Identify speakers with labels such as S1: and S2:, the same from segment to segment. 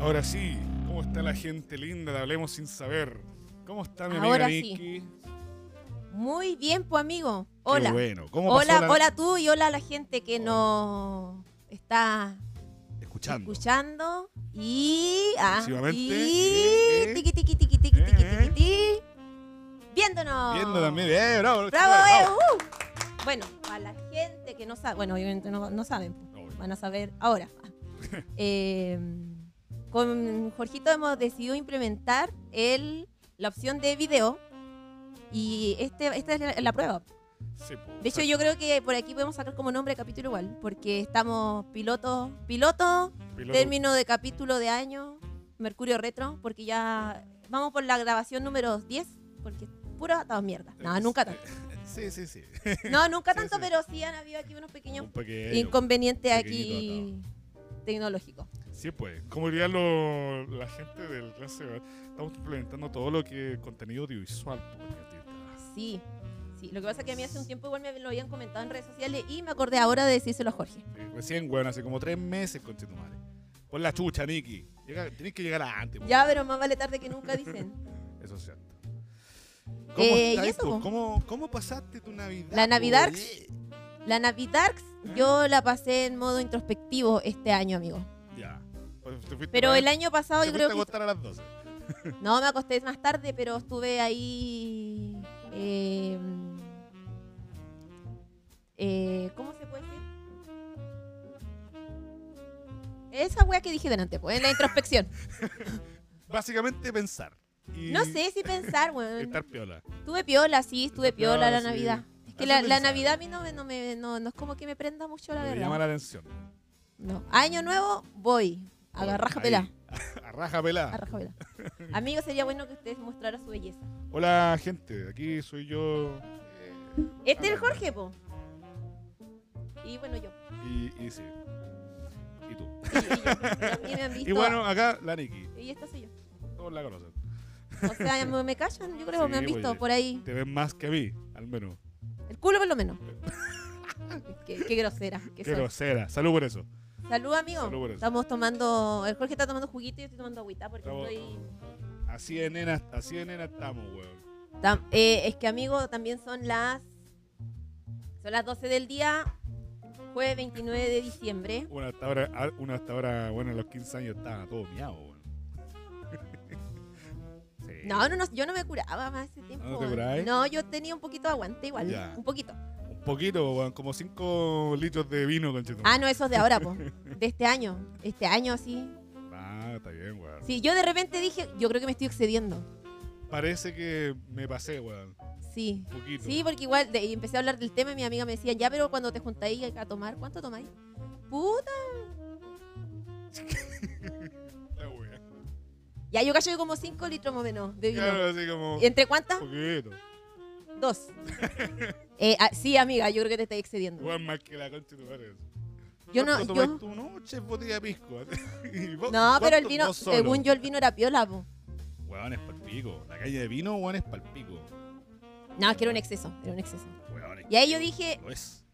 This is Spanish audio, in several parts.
S1: Ahora sí, ¿cómo está la gente linda? de hablemos sin saber. ¿Cómo está mi
S2: Ahora
S1: amiga
S2: sí.
S1: Nikki?
S2: Muy bien, pues amigo.
S1: Qué
S2: Hola.
S1: bueno. ¿Cómo pasó
S2: Hola,
S1: la- Oh.
S2: hola tú y hola a la gente que nos está
S1: Escuchando.
S2: escuchando. Y. Ah,
S1: Próximamente,
S2: y.
S1: eh,
S2: Tiqui, tiqui, tiqui, tiqui, tiqui,
S1: eh,
S2: tiqui, tiqui. Viéndonos.
S1: Viendo también. ¡Eh, bravo!
S2: ¡Bravo, eh, uh. Bueno, a la gente que no sabe. Bueno, obviamente no, no saben. pues.
S1: bravo.
S2: Van a saber ahora. Eh, con Jorgito hemos decidido implementar el, la opción de video. Y este, esta es la- la prueba.
S1: Sí, pues, po,
S2: De hecho, yo creo que por aquí podemos sacar como nombre de capítulo igual, porque estamos piloto, piloto,
S1: piloto-
S2: término de capítulo de año, Mercurio Retro, porque ya vamos por la grabación número 10, porque puro atados mierda. No, nunca tanto.
S1: Sí, sí, sí.
S2: No, nunca
S1: Sí,
S2: tanto,
S1: sí.
S2: pero sí han habido aquí unos pequeños
S1: Un pequeño.
S2: inconvenientes aquí
S1: pequeñito
S2: tecnológicos.
S1: Sí, pues. Como diría lo- la gente del clase, estamos implementando todo lo que contenido audiovisual. pues, po, porque-
S2: Sí, sí. Lo que pasa es que a mí hace un tiempo igual me lo habían comentado en redes sociales y me acordé ahora de decírselo a Jorge.
S1: Eh, Recién, weón, hace como tres meses con madre. Pon la chucha, Nicky. Llega, tenés que llegar antes. pues. po.
S2: Ya, pero más vale tarde que nunca dicen.
S1: Eso es cierto. ¿Cómo,
S2: Eh,
S1: estáis,
S2: ¿y eso,
S1: po?
S2: po?
S1: ¿Cómo, cómo pasaste tu Navidad?
S2: La
S1: po,
S2: Navidad.
S1: eh?
S2: La Navidad
S1: Mm.
S2: yo la pasé en modo introspectivo este año, amigo.
S1: Ya. Pues te fuiste
S2: Pero
S1: para-
S2: el año pasado
S1: te
S2: yo
S1: fuiste
S2: creo
S1: a
S2: que...
S1: acostar a las 12.
S2: No, me acosté más tarde, pero estuve ahí... eh, eh, ¿Cómo se puede decir? Esa wea que dije delante, pues, en la introspección.
S1: Básicamente pensar. Y
S2: No sé si pensar, weón.
S1: Estar piola.
S2: Estuve piola, sí, estuve
S1: Estar piola,
S2: piola la
S1: sí.
S2: Navidad. Es que
S1: Eso
S2: la, la
S1: pensaba.
S2: Navidad a mí no, me- no, me, no, no es como que me prenda mucho, la
S1: Me llama
S2: verdad.
S1: la atención.
S2: No. Año nuevo, voy. Agarraja pelá.
S1: Agarraja pelá.
S2: Arrajo, vela. Amigo, sería bueno que ustedes mostraran su belleza.
S1: Hola, gente. Aquí soy yo. eh,
S2: Este es el
S1: hablando.
S2: Jorge, po. Y bueno, yo.
S1: Y, y sí. Y tú.
S2: Y, y yo. Y a mí me han visto.
S1: Y bueno, acá la Nikki.
S2: y esta soy yo.
S1: Todos la conocen.
S2: O sea, me, me callan, yo creo que me han
S1: Sí, pues,
S2: visto
S1: oye.
S2: por ahí.
S1: Te ven más que a mí, al menos.
S2: El culo por lo menos. qué, qué grosera que
S1: Qué
S2: soy.
S1: grosera. Salud por eso.
S2: Salud, amigo.
S1: Salud por eso.
S2: Estamos tomando. El Jorge está tomando juguito y yo estoy tomando agüita porque
S1: Estamos-
S2: estoy.
S1: Así de nena, así de nena estamos, weón.
S2: Tam- eh, es que, amigo, también son las. Son las 12 del día, jueves 29 de diciembre.
S1: Una hasta ahora, a- una hasta ahora, bueno, a los 15 años estaba todo miado, weón. Sí.
S2: No, no, no, yo no me curaba más ese tiempo.
S1: ¿No te curabas?
S2: No, yo tenía un poquito de aguante igual,
S1: Ya.
S2: un poquito.
S1: Un poquito, weón, como 5 litros de vino, conchito.
S2: Ah, no, esos de ahora, po. De este año. Este año, sí.
S1: Ah, está bien, weón.
S2: Sí, yo de repente dije, yo creo que me estoy excediendo.
S1: Parece que me pasé, weón.
S2: Sí.
S1: Un poquito.
S2: Sí, porque igual de- y empecé a hablar del tema y mi amiga me decía, ya, pero cuando te juntáis a tomar, ¿cuánto tomáis? Puta.
S1: La weón.
S2: Ya, yo cacho que como 5 litros más o menos de vino.
S1: Claro, así como.
S2: ¿Entre cuántas?
S1: Un poquito.
S2: Dos. Eh, ah, sí, amiga, yo creo que te estáis excediendo.
S1: Weón, más que la concha de tu madre.
S2: Yo no,
S1: ¿Cuánto
S2: yo...
S1: tomás tú? No, che, botella de pisco. Y vos-
S2: No, pero el
S1: ¿cuánto?
S2: vino,
S1: Vos solo.
S2: según yo, el vino era piola, po.
S1: Weón, es palpico. La calle de vino, weón, es palpico.
S2: No, es que era un exceso, era un exceso.
S1: Weón, es
S2: Y ahí yo
S1: que
S2: dije,
S1: Lo es.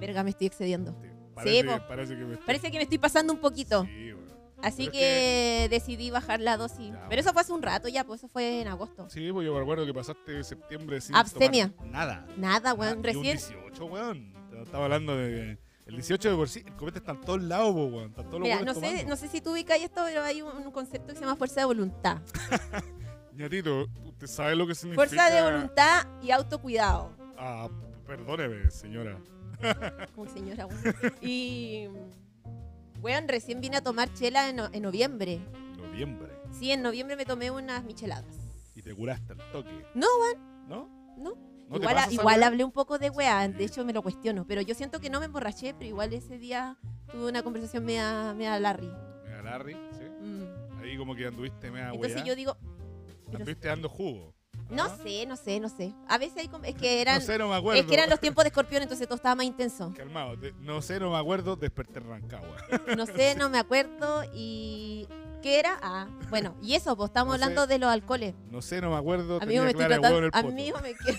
S2: verga, me estoy excediendo.
S1: Sí, Parece, que-
S2: po.
S1: parece que me estoy-
S2: Parece que me estoy pasando un poquito.
S1: Sí, weón.
S2: Así
S1: pero es
S2: que decidí bajar la dosis.
S1: Ya,
S2: Pero eso fue hace un rato ya, pues eso fue en agosto.
S1: Sí, pues yo me acuerdo que pasaste septiembre sin
S2: Abstemia.
S1: tomar nada.
S2: Nada,
S1: Nada,
S2: weón,
S1: Ah, y un
S2: recién.
S1: 18, weón. Te Estaba hablando de... El 18 de por sí, el comete está en todos lados, po, weón. Están todos los
S2: Mira, no
S1: weones
S2: sé,
S1: tomando.
S2: no sé si tú ubicas esto, pero hay un, un concepto que se llama fuerza de voluntad.
S1: Ñatito, ¿usted sabe lo que significa?
S2: Fuerza de voluntad y autocuidado.
S1: Ah, perdóneme, señora.
S2: Como señora, weón. Y. Weón, recién vine a tomar chela en, no- en noviembre.
S1: Noviembre.
S2: Sí, en noviembre me tomé unas micheladas.
S1: Y te curaste al toque.
S2: No,
S1: weón. ¿No?
S2: No.
S1: ¿No te
S2: igual
S1: pasa esa
S2: igual
S1: weá?
S2: hablé un poco de weá,
S1: Sí.
S2: de hecho me lo cuestiono, pero yo siento que no me emborraché, pero igual ese día tuve una conversación media, media Larry.
S1: Mega Larry, ¿sí?
S2: Mm.
S1: Ahí como que anduviste mega
S2: Entonces
S1: weá.
S2: yo digo, pero-
S1: Anduviste dando jugo.
S2: no
S1: ¿Ah?
S2: sé, no sé, no sé. A veces hay como- es que eran
S1: No sé, no me acuerdo.
S2: es que eran los tiempos de escorpión, entonces todo estaba más intenso.
S1: Calmado, de- no sé, no me acuerdo, desperté en Rancagua.
S2: No sé, no me acuerdo y qué era? Ah, bueno, y eso, pues estamos
S1: No sé.
S2: hablando de los alcoholes.
S1: No sé, no me acuerdo,
S2: A mí
S1: tenía
S2: me estoy
S1: clara de huevo en
S2: tratando,
S1: el
S2: a
S1: poto.
S2: mí me quiero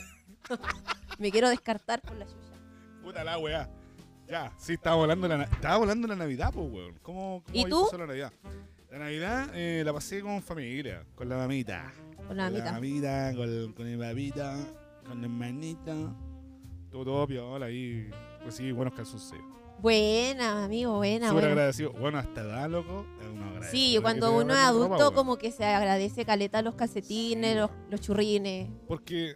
S2: me quiero descartar por la suya.
S1: Puta la weá. Ya, sí, estaba volando la, na- estaba volando la Navidad, pues, weón. ¿Cómo, cómo
S2: ¿Y
S1: ahí
S2: tú?
S1: pasó la Navidad? La Navidad eh, la pasé con familia, con la mamita.
S2: Con la
S1: Con la
S2: mamita.
S1: mamita, con, con el babita, con la hermanita. Todo, todo piola ahí. Pues sí, buenos calzoncillos.
S2: Buena, amigo, buena,
S1: Súper
S2: buena.
S1: agradecido. Bueno, hasta da, loco. es uno agradecido
S2: Sí,
S1: que
S2: cuando
S1: te
S2: uno es
S1: hagan ropa,
S2: adulto
S1: weón.
S2: como que se agradece caleta los calcetines,
S1: Sí.
S2: los, los churrines.
S1: Porque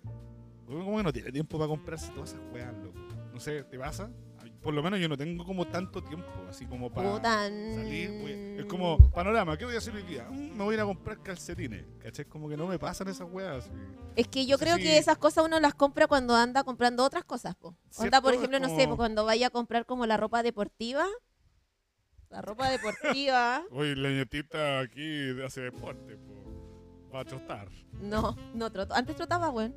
S1: uno como que no tiene tiempo para comprarse todas esas weas, loco. No sé, ¿te pasa? A mí, Por lo menos yo no tengo como tanto tiempo, así como para
S2: Puta,
S1: salir. voy- Es
S2: mm,
S1: como, panorama, ¿qué voy a hacer hoy día? Mm, me voy a ir a comprar calcetines. ¿Cachai? Como que no me pasan esas weas. así.
S2: Es que yo
S1: Sí,
S2: creo
S1: sí.
S2: que esas cosas uno las compra cuando anda comprando otras cosas, po.
S1: ¿Cierto?
S2: Onda, por
S1: Es
S2: ejemplo, no sé,
S1: como-
S2: po, cuando vaya a comprar como la ropa deportiva. La ropa deportiva.
S1: Oye, la nietita aquí hace deporte, po. va a trotar.
S2: no, no troto. Antes trotaba, weón.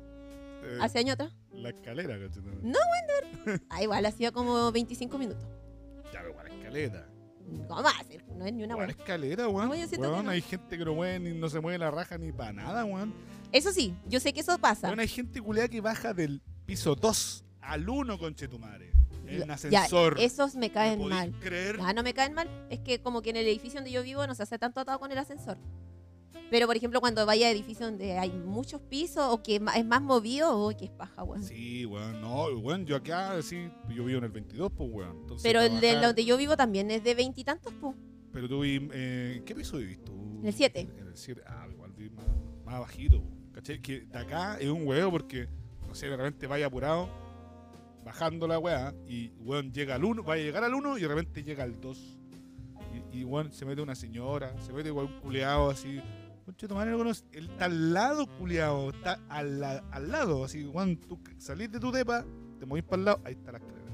S1: Eh,
S2: Hace años atrás.
S1: La escalera, ¿cachai?
S2: No. Ah, igual, hacía como 25 minutos.
S1: Ya, pero igual escalera.
S2: ¿Cómo va a hacer? No es ni una
S1: Igual
S2: weón.
S1: escalera, weón.
S2: No, yo siento
S1: Weón,
S2: que no.
S1: Hay gente que no, mueve ni, no se mueve la raja ni para nada, weón.
S2: Eso sí, yo sé que eso pasa.
S1: Bueno, hay gente culiada que baja del piso 2 al 1, conche tu madre. En
S2: Ya,
S1: ascensor.
S2: esos me caen
S1: ¿Me podís
S2: mal.
S1: creer?
S2: Ah, no me caen mal. Es que como que en el edificio donde yo vivo no se hace tanto atado con el ascensor. Pero, por ejemplo, cuando vaya a edificios donde hay muchos pisos o que ma- es más movido, uy, que es paja, weón.
S1: Sí, weón. No, weón, yo acá, sí, yo vivo en el 22, pues, weón. Entonces,
S2: Pero
S1: para
S2: el de
S1: bajar-
S2: donde yo vivo también es de veintitantos, po.
S1: Pero tú, vi- eh, ¿en ¿qué piso vivís tú?
S2: En el siete.
S1: En el 7. Ah, igual vivís más, más bajito, po. ¿cachai? Que de acá es un huevo porque, no sé, de repente vaya apurado, bajando la weá, y weón llega al 1, vaya a llegar al 1 y de repente llega al 2. Y, y weón, se mete una señora, se mete igual un culeado así. Conche tu madre, no conoce- Él está al lado, culeado, está al, la- al lado, así, weón, tú salís de tu depa, te movís para el lado, ahí está la escalera.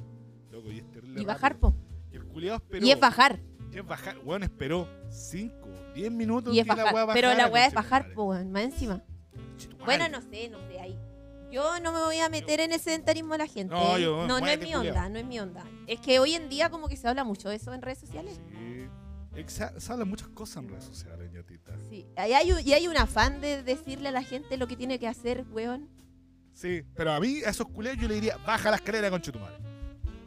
S1: Loco, y este es terrible
S2: Y bajar,
S1: rápido.
S2: po.
S1: Y el culeado esperó.
S2: Y es bajar.
S1: Y es bajar, weón, esperó 5, 10 minutos
S2: Y es
S1: que la weá
S2: bajar.
S1: bajara,
S2: Pero la weá es bajar,
S1: conchetumare.
S2: po, weón, más encima.
S1: Conchetumare.
S2: Bueno, no sé, no sé, ahí. Yo no me voy a meter en el sedentarismo de la gente.
S1: No, yo-
S2: no, no es
S1: muérete,
S2: mi
S1: culiao.
S2: onda, no es mi onda. Es que hoy en día como que se habla mucho de eso en redes sociales.
S1: Sí. Exa- se hablan muchas cosas en redes sociales, ñatita.
S2: Sí. Ahí hay un- y hay un afán de decirle a la gente lo que tiene que hacer, weón.
S1: Sí, pero a mí, a esos culeros, yo le diría, baja la escalera, conchetumare.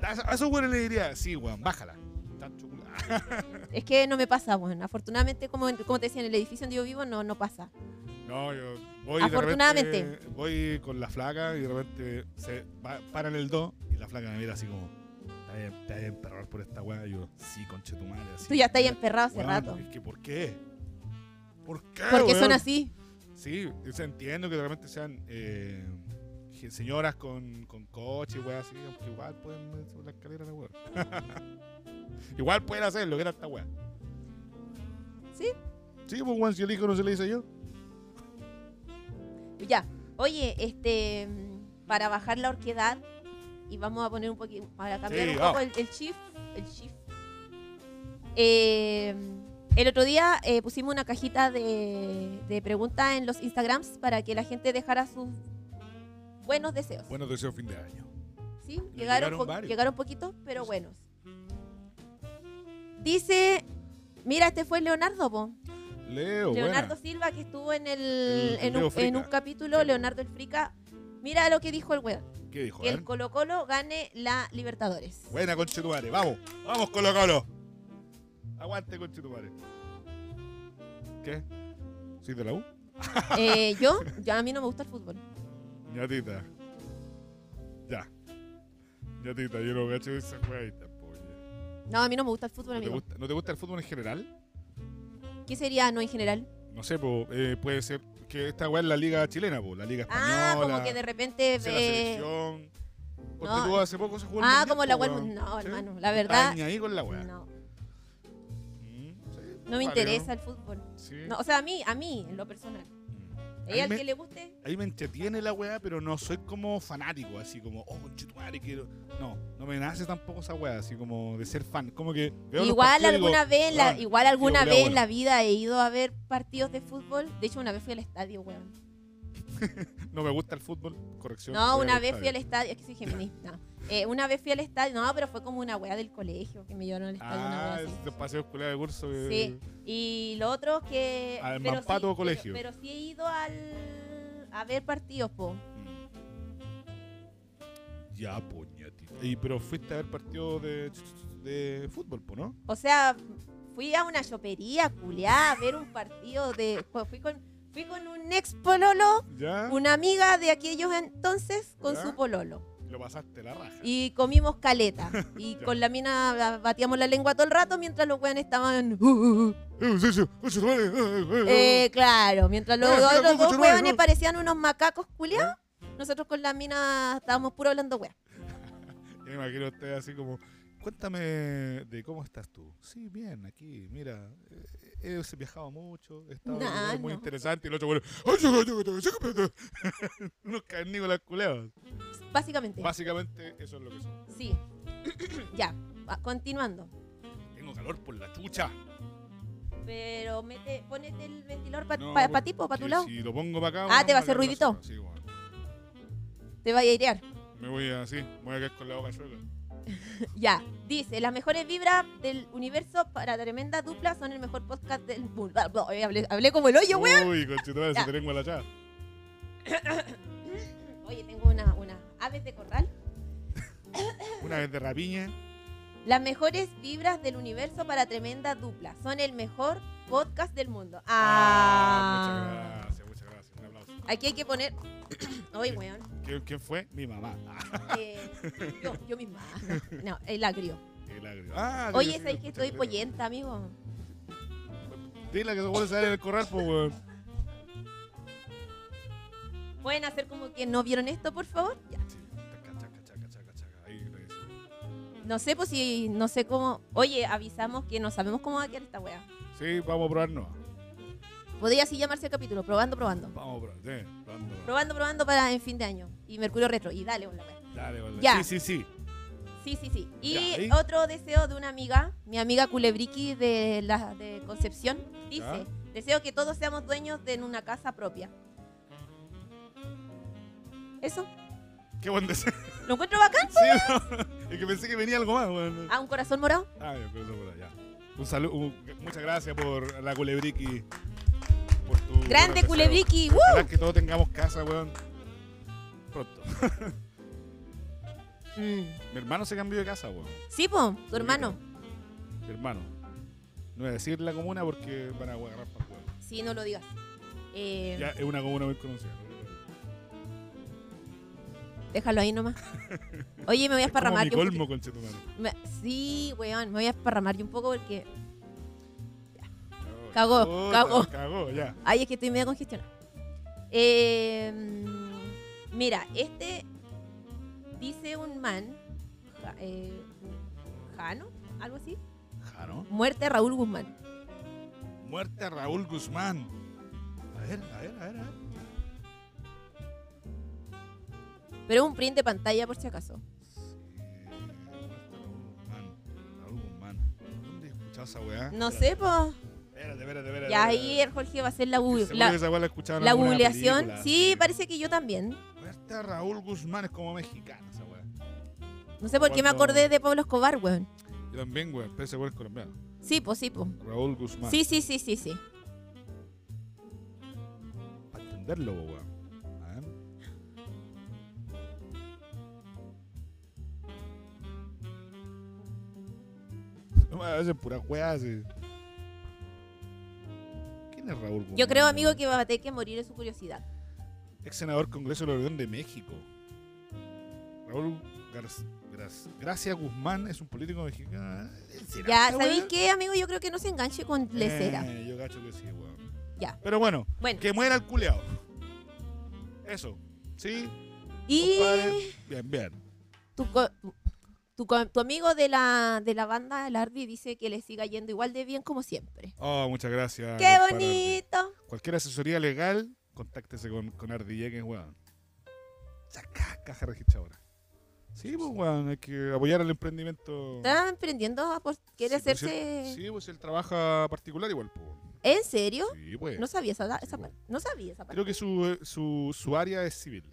S1: A esos- a esos weones le diría, sí, weón, bájala. Chancho Ah, culiao.
S2: Es que no me pasa, weón. Afortunadamente, como, en- como te decía, en el edificio donde yo vivo no, no pasa.
S1: No, yo voy
S2: Afortunadamente.
S1: de repente, voy con la flaca y de repente se va- paran el 2 y la flaca me mira así como, "Te vas a- te vas a emperrar por esta weá. Yo, sí, conchetumare. así.
S2: Tú ya estás ahí emperrado hace
S1: Weón,
S2: rato.
S1: Es que, ¿por qué? ¿Por qué?
S2: Porque son
S1: weón?
S2: así.
S1: Sí, o sea, entiendo que realmente sean eh, je- señoras con, con coche, weón, así, aunque igual pueden ver sobre la escalera, la weón. igual pueden hacerlo, que era esta weón.
S2: ¿Sí?
S1: Sí, pues, weón, si el hijo no se le dice yo.
S2: Ya. Oye, este. mm, Para bajar la orquedad y vamos a poner un poquito. Para cambiar
S1: Sí,
S2: un poco
S1: vamos.
S2: el, el shift. El shift. Eh, el otro día eh, pusimos una cajita de, de preguntas en los Instagrams para que la gente dejara sus buenos deseos.
S1: Bueno, deseo fin de año. Le
S2: Sí, llegaron,
S1: llegaron
S2: po-
S1: varios.
S2: llegaron poquitos, pero buenos. Dice, mira, este fue Leonardo, po.
S1: Leo,
S2: Leonardo
S1: buena.
S2: Silva, que estuvo en, el,
S1: El
S2: en,
S1: Leo
S2: un,
S1: Frica.
S2: en un capítulo, Leonardo el Frica. Mira lo que dijo el weón,
S1: ¿Qué dijo?
S2: que
S1: a
S2: el
S1: ver?
S2: Colo Colo gane la Libertadores.
S1: Buena, conchetumare, vamos, vamos, Colo Colo. Aguante, conchetumare. ¿Qué? ¿Soy de la U?
S2: Eh, yo, yo, a mí no me gusta el fútbol.
S1: Ñatita. Ya. Ñatita, yo no gacho esa weá ahí tampoco. ya.
S2: No, a mí no me gusta el fútbol,
S1: ¿No te,
S2: amigo.
S1: gusta, ¿No te gusta el fútbol en general?
S2: ¿Qué sería no en general?
S1: No sé, po, eh, puede ser que esta weá es la liga chilena, po, la liga española.
S2: Ah, como que de repente
S1: sea la
S2: ve...
S1: selección. Porque
S2: no.
S1: tú hace poco se jugó el
S2: Ah,
S1: Mundial,
S2: como la
S1: po,
S2: web...
S1: weón.
S2: No,
S1: Sí.
S2: hermano, la
S1: Está
S2: verdad...
S1: ahí con la weá.
S2: No,
S1: Mm, sí,
S2: no me
S1: válido.
S2: interesa el fútbol.
S1: Sí.
S2: No, o sea, a mí, a mí, en lo personal.
S1: Mm.
S2: ¿Hay
S1: A mí
S2: al
S1: me-
S2: que le guste?
S1: Ahí me entretiene la weá, pero no soy como fanático, así como, oh, conchetumare, quiero. No, no me nace tampoco esa weá, así como de ser fan. Como que veo los
S2: Igual
S1: partidos y digo, "Ah,
S2: alguna vez, en la,
S1: "Weón,
S2: igual alguna
S1: culiao
S2: vez en
S1: bueno".
S2: la vida he ido a ver partidos de fútbol. De hecho, una vez fui al estadio, weón.
S1: No me gusta el fútbol, corrección.
S2: No,
S1: voy
S2: una
S1: al
S2: vez fui al
S1: estadio.
S2: estadio. Es que soy Géminis. no. Eh, una vez fui al estadio. No, pero fue como una weá del colegio que me llevaron al estadio
S1: Ah,
S2: una vez.
S1: esos paseos culiados de curso. que-
S2: Sí. Y lo otro es que.
S1: Al
S2: pero
S1: Mampato
S2: sí, pero-
S1: Colegio.
S2: Pero, sí he ido al, a ver partidos, po.
S1: Mm. Ya, puñetito. Y pero fuiste a ver partido de, de fútbol, po, ¿no?
S2: O sea, fui a una chopería, culiá, a ver un partido de. pues, Fui con, fui con un ex pololo,
S1: Ya.
S2: una amiga de aquellos entonces, con
S1: ¿Ya?
S2: su pololo.
S1: Lo pasaste la raja.
S2: Y comimos caleta. Y
S1: Ya.
S2: con la mina la- batíamos la lengua todo el rato mientras los weones estaban. uh,
S1: Eh,
S2: Eh, claro, mientras los
S1: Ah, mira,
S2: otros
S1: coco,
S2: dos
S1: churrón,
S2: hueones
S1: ¿no?
S2: parecían unos macacos culiados, nosotros con la mina estábamos puro hablando hueá.
S1: Me imagino usted así como, cuéntame de cómo estás tú. Sí, bien, aquí, mira, eh, he viajado mucho, he estado en
S2: Nah,
S1: lugares muy
S2: no.
S1: interesante y el otro bueno, "Ay, yo, yo, yo, yo, yo, yo, yo". unos carnícolas culeados.
S2: Básicamente,
S1: Básicamente eso es lo que son.
S2: sí. ya, va, continuando.
S1: Tengo calor por la chucha.
S2: Pero mete, ponete el ventilador para
S1: No,
S2: pa,
S1: porque
S2: pa ti, po, pa tu lado.
S1: Si lo pongo para acá.
S2: Ah, ¿te va a hacer
S1: me agarra la
S2: ruidito?
S1: zona. Sí, bueno.
S2: Te vaya a airear.
S1: Me voy así, me voy a quedar con la boca chueca.
S2: Ya, dice, las mejores vibras del universo para tremenda dupla son el mejor podcast del mundo. Bla, bla, eh, Hablé, hablé como el hoyo, hueón.
S1: Uy, conchetumare, se
S2: Ya.
S1: te lengua la chava.
S2: Oye, tengo una, una aves de corral.
S1: Una vez de rapiña.
S2: Las mejores vibras del universo para tremenda dupla. Son el mejor podcast del mundo.
S1: Ah,
S2: Ah.
S1: muchas gracias, muchas gracias. Un aplauso.
S2: Aquí hay que poner. Ay, weón.
S1: ¿Quién, quién fue? Mi mamá. Ah,
S2: Eh, yo, yo misma. No, el agrio.
S1: El agrio. Ah,
S2: Oye,
S1: sí, sí,
S2: sabéis que
S1: escucha,
S2: estoy pollenta, amigo.
S1: Dile que se vuelve a salir en el corral, pues, weón.
S2: ¿Pueden hacer como que no vieron esto, por favor? Ya.
S1: Sí, chaca, chaca, chaca, chaca, chaca. Ahí lo dice.
S2: No sé, pues si. No sé cómo. Oye, avisamos que no sabemos cómo va a quedar esta wea.
S1: Sí, vamos a probarnos.
S2: Podría así llamarse el capítulo. Probando, probando.
S1: Vamos a probar. Sí, probando, probando.
S2: Probando, probando para en fin de año. Y Mercurio Retro. Y dale, hola, wea.
S1: Dale, vale.
S2: Ya.
S1: Sí, sí, sí.
S2: Sí, sí, sí. Y
S1: Ya, ¿y?
S2: otro deseo de una amiga, mi amiga Culebriqui de, la, de Concepción, dice,
S1: Ya.
S2: deseo que todos seamos dueños de una casa propia. Eso,
S1: Qué buen deseo.
S2: ¿lo encuentro bacán?
S1: Sí, no. Es que pensé que venía algo más, weón.
S2: A un corazón morado.
S1: Ah, ya, pero eso por allá. Un saludo. un- Muchas gracias por la culebriqui. Por tu buen
S2: Grande
S1: deseo.
S2: Culebriqui. ¡uh!
S1: Ojalá que todos tengamos casa, weón. Pronto.
S2: Mm.
S1: Mi hermano se cambió de casa, weón.
S2: Sí, po, tu hermano.
S1: Mi hermano. No voy a decir la comuna porque van a agarrar para jugar.
S2: Sí, no lo digas. Eh,
S1: Ya es una comuna muy conocida. ¿no?
S2: déjalo ahí nomás. Oye, me voy a
S1: Como
S2: esparramar.
S1: mi
S2: yo un
S1: colmo, conchetumare.
S2: poquito. Me- sí, weón, me voy a esparramar yo un poco porque...
S1: Ay,
S2: Cagó,
S1: puta,
S2: cagó.
S1: Cagó, ya.
S2: Ay, es que estoy medio congestionada. Eh, mira, este dice un man, Ja- eh, Jano, algo así,
S1: Jano.
S2: muerte a Raúl Guzmán.
S1: Ah, Muerte a Raúl Guzmán. A ver, a ver, a ver, a ver.
S2: Pero es un print de pantalla por si acaso.
S1: Sí, muerte a Raúl Guzmán. Raúl Guzmán. ¿Dónde he escuchado esa weá?
S2: No
S1: Espérate,
S2: sé, pues.
S1: Espérate, espérate, espérate.
S2: Y ahí el Jorge va a hacer la, gu-
S1: Seguro que
S2: la,
S1: esa weá la escucharon en
S2: la
S1: alguna
S2: googleación.
S1: película,
S2: Sí, parece que yo también.
S1: Muerte a Raúl Guzmán es como mexicano esa weá.
S2: No sé por qué me
S1: Cuando-
S2: acordé de Pablo Escobar, weón.
S1: Yo también, weón. Pero ese weón es colombiano.
S2: Sí, pues, sí, pues.
S1: Raúl Guzmán.
S2: Sí, sí, sí, sí, sí.
S1: Para entenderlo, po, weón. A ver. No, A veces pura weá, así. ¿Quién es Raúl Guzmán?
S2: Yo creo,
S1: weón?
S2: amigo, que va a tener que morir de su curiosidad.
S1: Ex senador Congreso de la Unión de México. Raúl Gar- Gras- Gracia Guzmán es un político mexicano. Ah, ¿Será
S2: Ya,
S1: esta
S2: ¿sabéis
S1: weá?
S2: qué, amigo? Yo creo que no se enganche con lecera.
S1: Eh, yo gacho que sí, weón.
S2: Ya.
S1: Pero bueno,
S2: Bueno,
S1: que muera el culeado. Eso. Sí,
S2: y...
S1: Eh, compadre. Bien, bien.
S2: tu, co- tu- tu co- tu amigo de la, de la banda, el Ardi, dice que le siga yendo igual de bien como siempre.
S1: Oh, muchas gracias.
S2: ¡Qué
S1: compadre.
S2: bonito!
S1: Cualquier asesoría legal, contáctese con, con Ardi Yegues, weón. Saca caja registradora. Sí, pues, weón, hay que apoyar al emprendimiento.
S2: Está emprendiendo, ah, por- quiere
S1: Sí, pues,
S2: hacerse...
S1: él- sí, pues él trabaja particular igual, pues.
S2: ¿En serio?
S1: Sí, pues.
S2: No sabía esa, esa
S1: Sí,
S2: parte. No sabía esa parte.
S1: Creo que su, eh, su, su área es civil.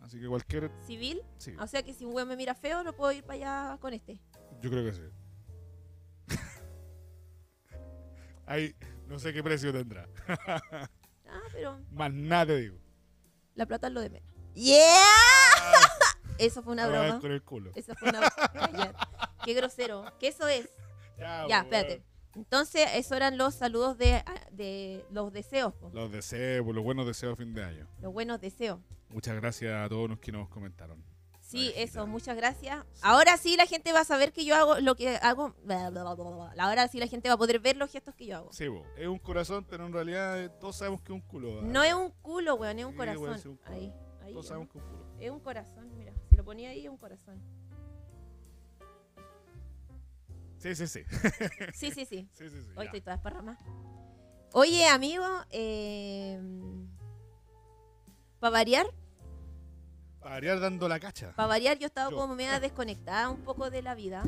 S1: Así que cualquier.
S2: ¿Civil?
S1: Sí,
S2: O sea que si un güey me mira feo, no puedo ir para allá con este.
S1: yo creo que sí. Ahí, no sé qué precio tendrá.
S2: Ah, pero
S1: Más nada te digo.
S2: la plata es lo de menos. ¡Yeah! Eso fue una
S1: Ah. Ahora es
S2: broma. Eh,
S1: con el culo.
S2: Eso fue una broma. Qué grosero. ¿Qué eso es?
S1: Ya,
S2: Ya,
S1: pues,
S2: espérate. Entonces, esos eran los saludos de, ah, de los deseos, po,
S1: Los deseos, pues, los buenos deseos de fin de año.
S2: los buenos deseos.
S1: Muchas gracias a todos los que nos comentaron.
S2: Sí,
S1: Ay,
S2: eso,
S1: mira.
S2: muchas gracias. Ahora sí la gente va a saber que yo hago lo que hago. bla, bla, bla, bla, bla. Ahora sí la gente va a poder ver los gestos que yo hago.
S1: Sí, bo, es un corazón, pero en realidad eh, todos sabemos que es un culo. ¿verdad?
S2: No es un culo, weón, es un
S1: Sí, weón,
S2: corazón.
S1: es un culo.
S2: ahí, ahí.
S1: Todos sabemos que es un culo.
S2: Es un corazón, mira. Si lo ponía ahí, es un corazón.
S1: Sí, sí, sí.
S2: Sí, sí, sí.
S1: sí, sí, sí ya.
S2: Hoy estoy toda esparramada. Oye, amigo, eh, para variar,
S1: Para variar dando la cacha.
S2: para variar, yo he estado
S1: Yo.
S2: como media desconectada un poco de la vida,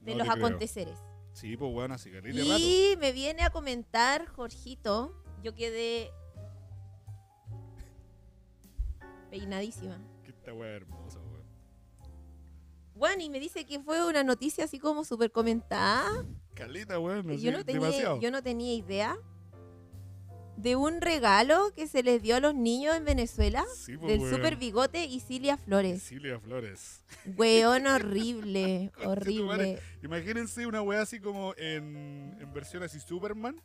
S2: de
S1: No
S2: los
S1: te creo.
S2: aconteceres.
S1: Sí, pues bueno, así que rite rato.
S2: Y me viene a comentar Jorgito, yo quedé peinadísima.
S1: Que esta weá es hermosa, weón.
S2: Bueno, y me dice que fue una noticia así como súper comentada.
S1: Carlita, weón,
S2: que
S1: así,
S2: yo, no tenía,
S1: demasiado.
S2: yo no tenía idea de un regalo que se les dio a los niños en Venezuela
S1: Sí, pues,
S2: del
S1: weón.
S2: Super Bigote y Cilia Flores.
S1: Silvia Flores.
S2: Weón horrible,
S1: Conche tu
S2: horrible.
S1: madre. Imagínense una weá así como en, en versión así Superman,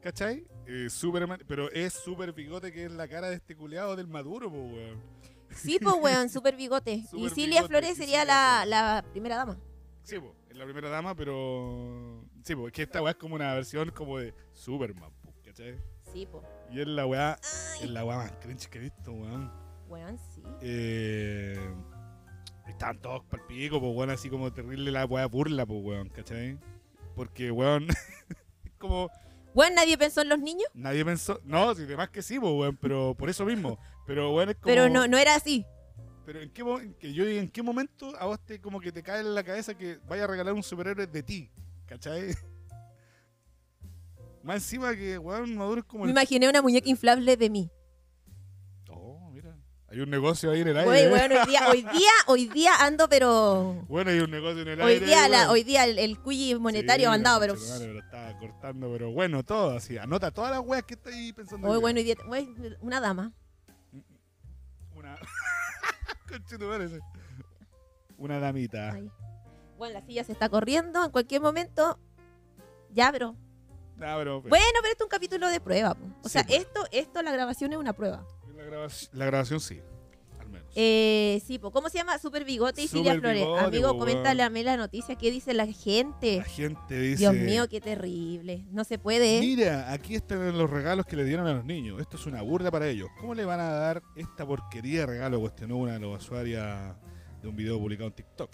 S1: ¿cachai? Eh, Superman, pero es Super Bigote que es la cara de este culeado del Maduro, pues weón.
S2: Sí, pues weón, Super Bigote. y
S1: Super
S2: Cilia
S1: Bigote y
S2: Flores sería
S1: Cilia
S2: la,
S1: Flores.
S2: la primera dama.
S1: Sí, pues, es la primera dama, pero... Sí, pues, es que esta weá es como una versión como de Superman, pues, ¿cachai?
S2: Sí, pues.
S1: Y es la weá, es la weá más cringe que he visto, weón.
S2: Weón, sí.
S1: Eh, estaban todos pal pico, pues weón, así como terrible la weá burla, pues weón, ¿cachai? Porque weón, es como...
S2: Weón, nadie pensó en los niños,
S1: Nadie pensó. No, si demás que sí, pues, weón, pero por eso mismo. Pero, weón, es como.
S2: pero no, no era así.
S1: Pero en qué, mo- en que yo, diga, en qué momento a vos te como que te cae en la cabeza que vaya a regalar un superhéroe de ti, ¿cachai? Más encima que, weón, Maduro es como.
S2: Me
S1: El...
S2: imaginé una muñeca inflable de mí.
S1: Oh, mira. Hay un negocio ahí en el aire.
S2: Weón,
S1: eh.
S2: weón, hoy día, hoy día, hoy día ando, pero.
S1: Bueno, hay un negocio en el
S2: Hoy
S1: aire.
S2: día, la-
S1: weón.
S2: hoy día el, el cuyi monetario
S1: Sí,
S2: ha andado,
S1: la
S2: pero.
S1: conchetumare, pero estaba cortando, pero bueno, todo así. Anota todas las weas que estáis pensando.
S2: Hoy,
S1: hoy día.
S2: bueno, hoy día. weón, Una dama.
S1: Una. Conchetumare, sí. Una damita.
S2: Ahí. Bueno, la silla se está corriendo en cualquier momento. Ya, pero.
S1: Ah, pero- pero-
S2: Bueno, pero esto es un capítulo de prueba. po. O
S1: Sí,
S2: sea,
S1: po.
S2: esto, esto, la grabación es una prueba.
S1: La grabación, la grabación sí, al menos.
S2: Eh, sí, po. ¿cómo se llama? Super Bigote y Silvia
S1: Super
S2: Flores.
S1: Bigote,
S2: Amigo,
S1: po,
S2: coméntale a mí la noticia. ¿Qué dice la gente?
S1: la gente dice.
S2: Dios mío, qué terrible. No se puede. ¿eh?
S1: Mira, aquí están los regalos que le dieron a los niños. Esto es una burla para ellos. ¿Cómo le van a dar esta porquería de regalo? Cuestionó una de las usuarias de un video publicado en TikTok.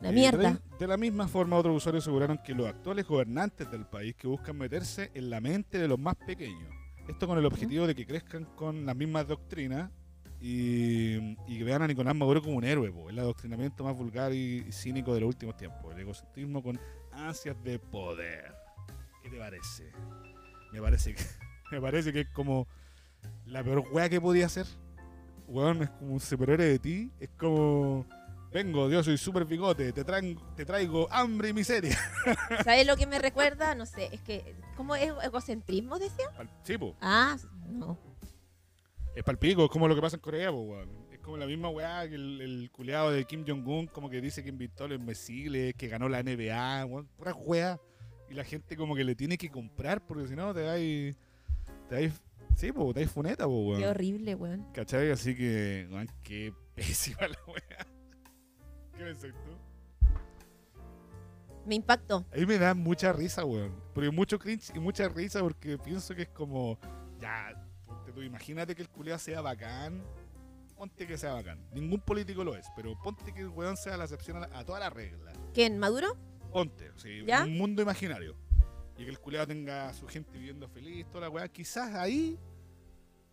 S2: Una
S1: Eh,
S2: mierda.
S1: de la- De la misma forma, otros usuarios aseguraron que los actuales gobernantes del país que buscan meterse en la mente de los más pequeños. Esto con el objetivo de que crezcan con las mismas doctrinas y, y que vean a Nicolás Maduro como un héroe, po. el adoctrinamiento más vulgar y, y cínico de los últimos tiempos, el egocentrismo con ansias de poder. ¿Qué te parece? Me parece que, me parece que es como la peor wea que podía hacer. Weón, es como un superhéroe de ti, es como... Vengo, Dios, soy super bigote, te, tran- te traigo hambre y miseria.
S2: ¿Sabes lo que me recuerda? No sé, es que, ¿cómo es egocentrismo, decía?
S1: Pal- Sí, po.
S2: Ah, no.
S1: Es palpico, es como lo que pasa en Corea, po, weón. Es como la misma weá que el, el culeado de Kim Jong-un, como que dice que invitó a los imbéciles, que ganó la NBA, weón, pura weá. Y la gente como que le tiene que comprar, porque si no te dais. Te dais. Sí, po, te dais funeta, po,
S2: Qué
S1: weón.
S2: horrible, weón.
S1: ¿Cachai? Así que, weón, qué pésima la weá. ¿Qué pensás tú?
S2: Me impactó.
S1: A mí me da mucha risa, weón. Porque mucho cringe y mucha risa porque pienso que es como, ya, ponte tú, imagínate que el culiao sea bacán. Ponte que sea bacán. Ningún político lo es, pero ponte que el weón sea la excepción a, la- a toda la regla.
S2: ¿Quién? ¿Maduro?
S1: Ponte, o sea,
S2: ¿Ya?
S1: un mundo imaginario. Y que el culiao tenga a su gente viviendo feliz, toda la weá. Quizás ahí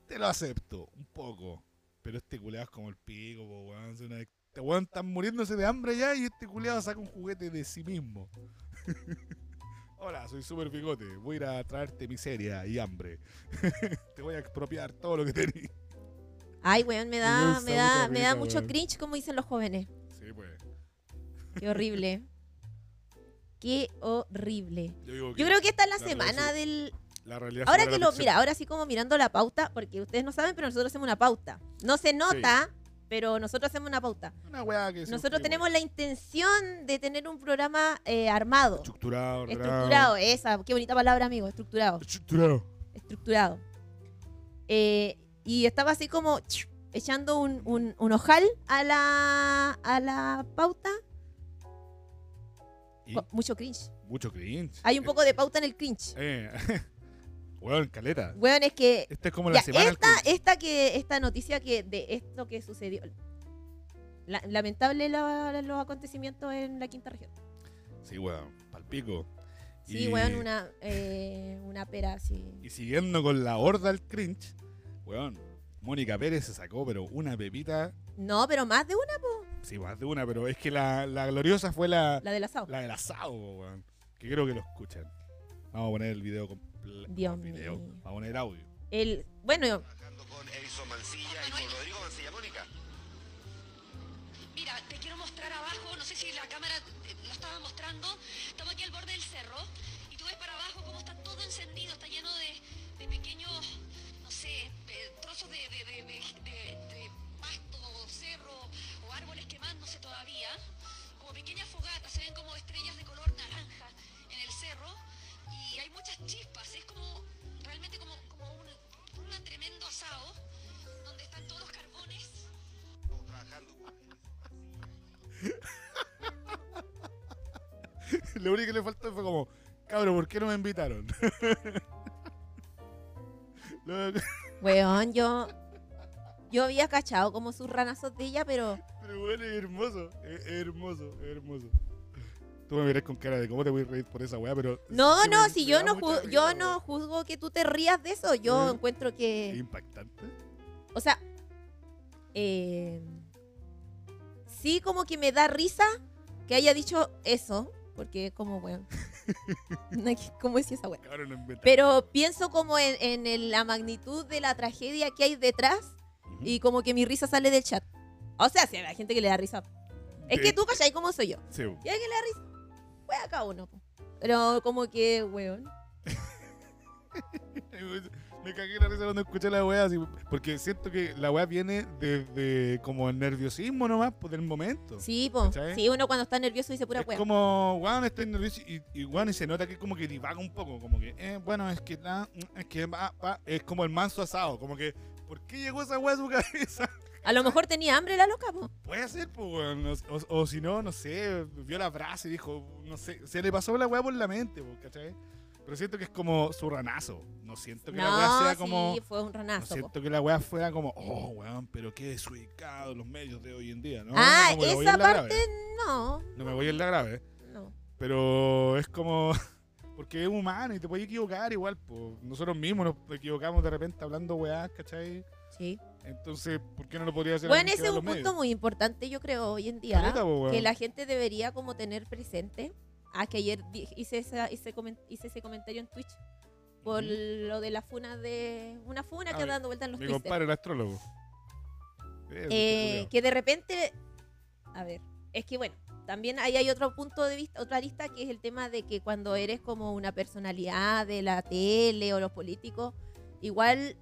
S1: te lo acepto, un poco. Pero este culiao es como el pico, po, weón. Es una- Este weón están muriéndose de hambre ya y este culiao saca un juguete de sí mismo. Hola, soy Super Bigote. Voy a ir a traerte miseria y hambre. te voy a expropiar todo lo que tenés.
S2: Ay, weón, me
S1: Me
S2: da,
S1: gusta
S2: me da,
S1: mucha
S2: me da
S1: risa,
S2: mucho
S1: weón.
S2: cringe, como dicen los jóvenes.
S1: Sí, pues.
S2: Qué horrible. Qué horrible.
S1: Yo digo que
S2: Yo creo que esta es la
S1: La
S2: semana
S1: relación-
S2: del...
S1: la realidad
S2: Ahora
S1: supera
S2: que
S1: la
S2: lo...
S1: ficción.
S2: Mira, ahora sí como mirando la pauta, porque ustedes no saben, pero nosotros hacemos una pauta. No se nota, Pero nosotros hacemos una pauta.
S1: Una weá que siempre
S2: Nosotros
S1: igual.
S2: tenemos la intención de tener un programa eh, armado,
S1: Estructurado, ordenado.
S2: estructurado, esa, qué bonita palabra, amigo, estructurado.
S1: Estructurado.
S2: estructurado. Eh, y estaba así como ch- echando un, un- un ojal a la, a la pauta.
S1: Y Eh,
S2: Co- Mucho cringe.
S1: mucho cringe.
S2: Hay un poco de pauta en el cringe.
S1: Eh, weón, caleta.
S2: Weón, es que.
S1: Esta es como la
S2: ya,
S1: semana. del
S2: esta,
S1: cringe.
S2: esta, que, esta noticia que de esto que sucedió. La- lamentable la- los acontecimientos en la quinta región.
S1: Sí, weón, palpico.
S2: Sí,
S1: Y-
S2: weón, una, eh, una pera así.
S1: Y siguiendo con la horda del cringe, weón, Mónica Pérez se sacó, pero una pepita,
S2: No, pero más de una,
S1: sí, más de una, pero es que la, la gloriosa fue la,
S2: la del asado.
S1: la del asado, po, weón. Que creo que lo escuchan. Vamos a poner el video completo.
S2: Dios
S1: video.
S2: mío.
S1: Vamos a poner audio.
S2: El, bueno,
S3: Trabajando con Edison Mancilla y con Rodrigo Mancilla Mónica.
S4: Mira, te quiero mostrar abajo, no sé si la cámara eh, lo estaba mostrando. Estamos aquí al borde del cerro y tú ves para abajo cómo está todo encendido, está lleno de, de pequeños, no sé, eh, trozos de, de- de- de- de- de pasto o cerro o árboles quemándose todavía. Como pequeñas fogatas, se ven como estrellas de color naranja en el cerro y hay muchas chispas. Es como realmente como, como un, un tremendo asado donde están todos los carbones.
S3: Estamos Trabajando con
S1: Lo único que le faltó fue como, cabrón, ¿por qué no me invitaron? Lo-
S2: Weón, yo. Yo había cachado como sus ranazos de ella, pero
S1: pero bueno, es hermoso, es, es hermoso, es hermoso. Tú me mirás con cara de cómo te voy a reír por esa weá, pero.
S2: no,
S1: sí me-
S2: no, si
S1: me
S2: yo
S1: da
S2: no
S1: mucha
S2: ju-
S1: risa,
S2: yo
S1: weón.
S2: no juzgo que tú te rías de eso, yo
S1: Mm.
S2: encuentro
S1: Es
S2: que,
S1: impactante.
S2: o sea, eh, sí como que me da risa que haya dicho eso, porque como weón, No hay que- ¿cómo decía esa weón?
S1: Cabrón, no inventaron.
S2: Pero pienso como en, en el- la magnitud de la tragedia que hay detrás
S1: Ujú.
S2: y como que mi risa sale del chat. O sea, si a la gente que le da risa. Es
S1: De-
S2: que tú cachai como soy yo.
S1: Sí,
S2: Y hay que le da risa. Fue acá uno. po. Pero como que, weón.
S1: Me cagué la risa cuando escuché la weá, así, porque siento que la weá viene desde como el nerviosismo nomás, pues, del momento.
S2: Sí, po.
S1: ¿Cachai?
S2: Sí, uno cuando está nervioso dice pura
S1: es
S2: weón.
S1: como, weón, estoy nervioso y, y, weón, y se nota que como que divaga un poco, como que, eh, bueno, es que, la- es que, va- va- es como el manso asado, como que, ¿por qué llegó esa weá a su cabeza?
S2: A lo mejor tenía hambre la loca, po.
S1: Puede ser, pues, weón, o, o- o si no, no sé, vio la frase y dijo, no sé, se le pasó la weá por la mente, pues, ¿cachai? Pero siento que es como su ranazo, no siento que la weá
S2: No,
S1: sea
S2: sí,
S1: como...
S2: fue un
S1: No
S2: ranazo, po.
S1: siento que la weá fuera como, oh, weón, pero qué desubicado los medios de hoy en día, ¿no?
S2: ah,
S1: No me voy
S2: esa
S1: en la grave.
S2: parte no.
S1: No me voy en la grave,
S2: No.
S1: pero es como, porque es humano y te puedes equivocar igual, pues nosotros mismos nos equivocamos de repente hablando weá, ¿cachai?
S2: Sí.
S1: Entonces, ¿por qué no lo podría hacer
S2: Bueno,
S1: alguien que
S2: ese es
S1: da
S2: un
S1: los
S2: punto muy importante, yo creo, hoy en día.
S1: Caleta, po, weón.
S2: que la gente debería como tener presente. Ah, que ayer di- hice, esa- hice, comen- hice ese comentario en Twitch por
S1: Ujú.
S2: lo de la funa de... Una funa
S1: Ah,
S2: que
S1: mi-
S2: anda dando vuelta en los
S1: Mi
S2: Twitter.
S1: compadre, el astrólogo. Eh,
S2: Eh,
S1: culiao.
S2: que de repente, a ver, es que bueno, también ahí hay otro punto de vista, otra arista que es el tema de que cuando eres como una personalidad de la tele o los políticos, igual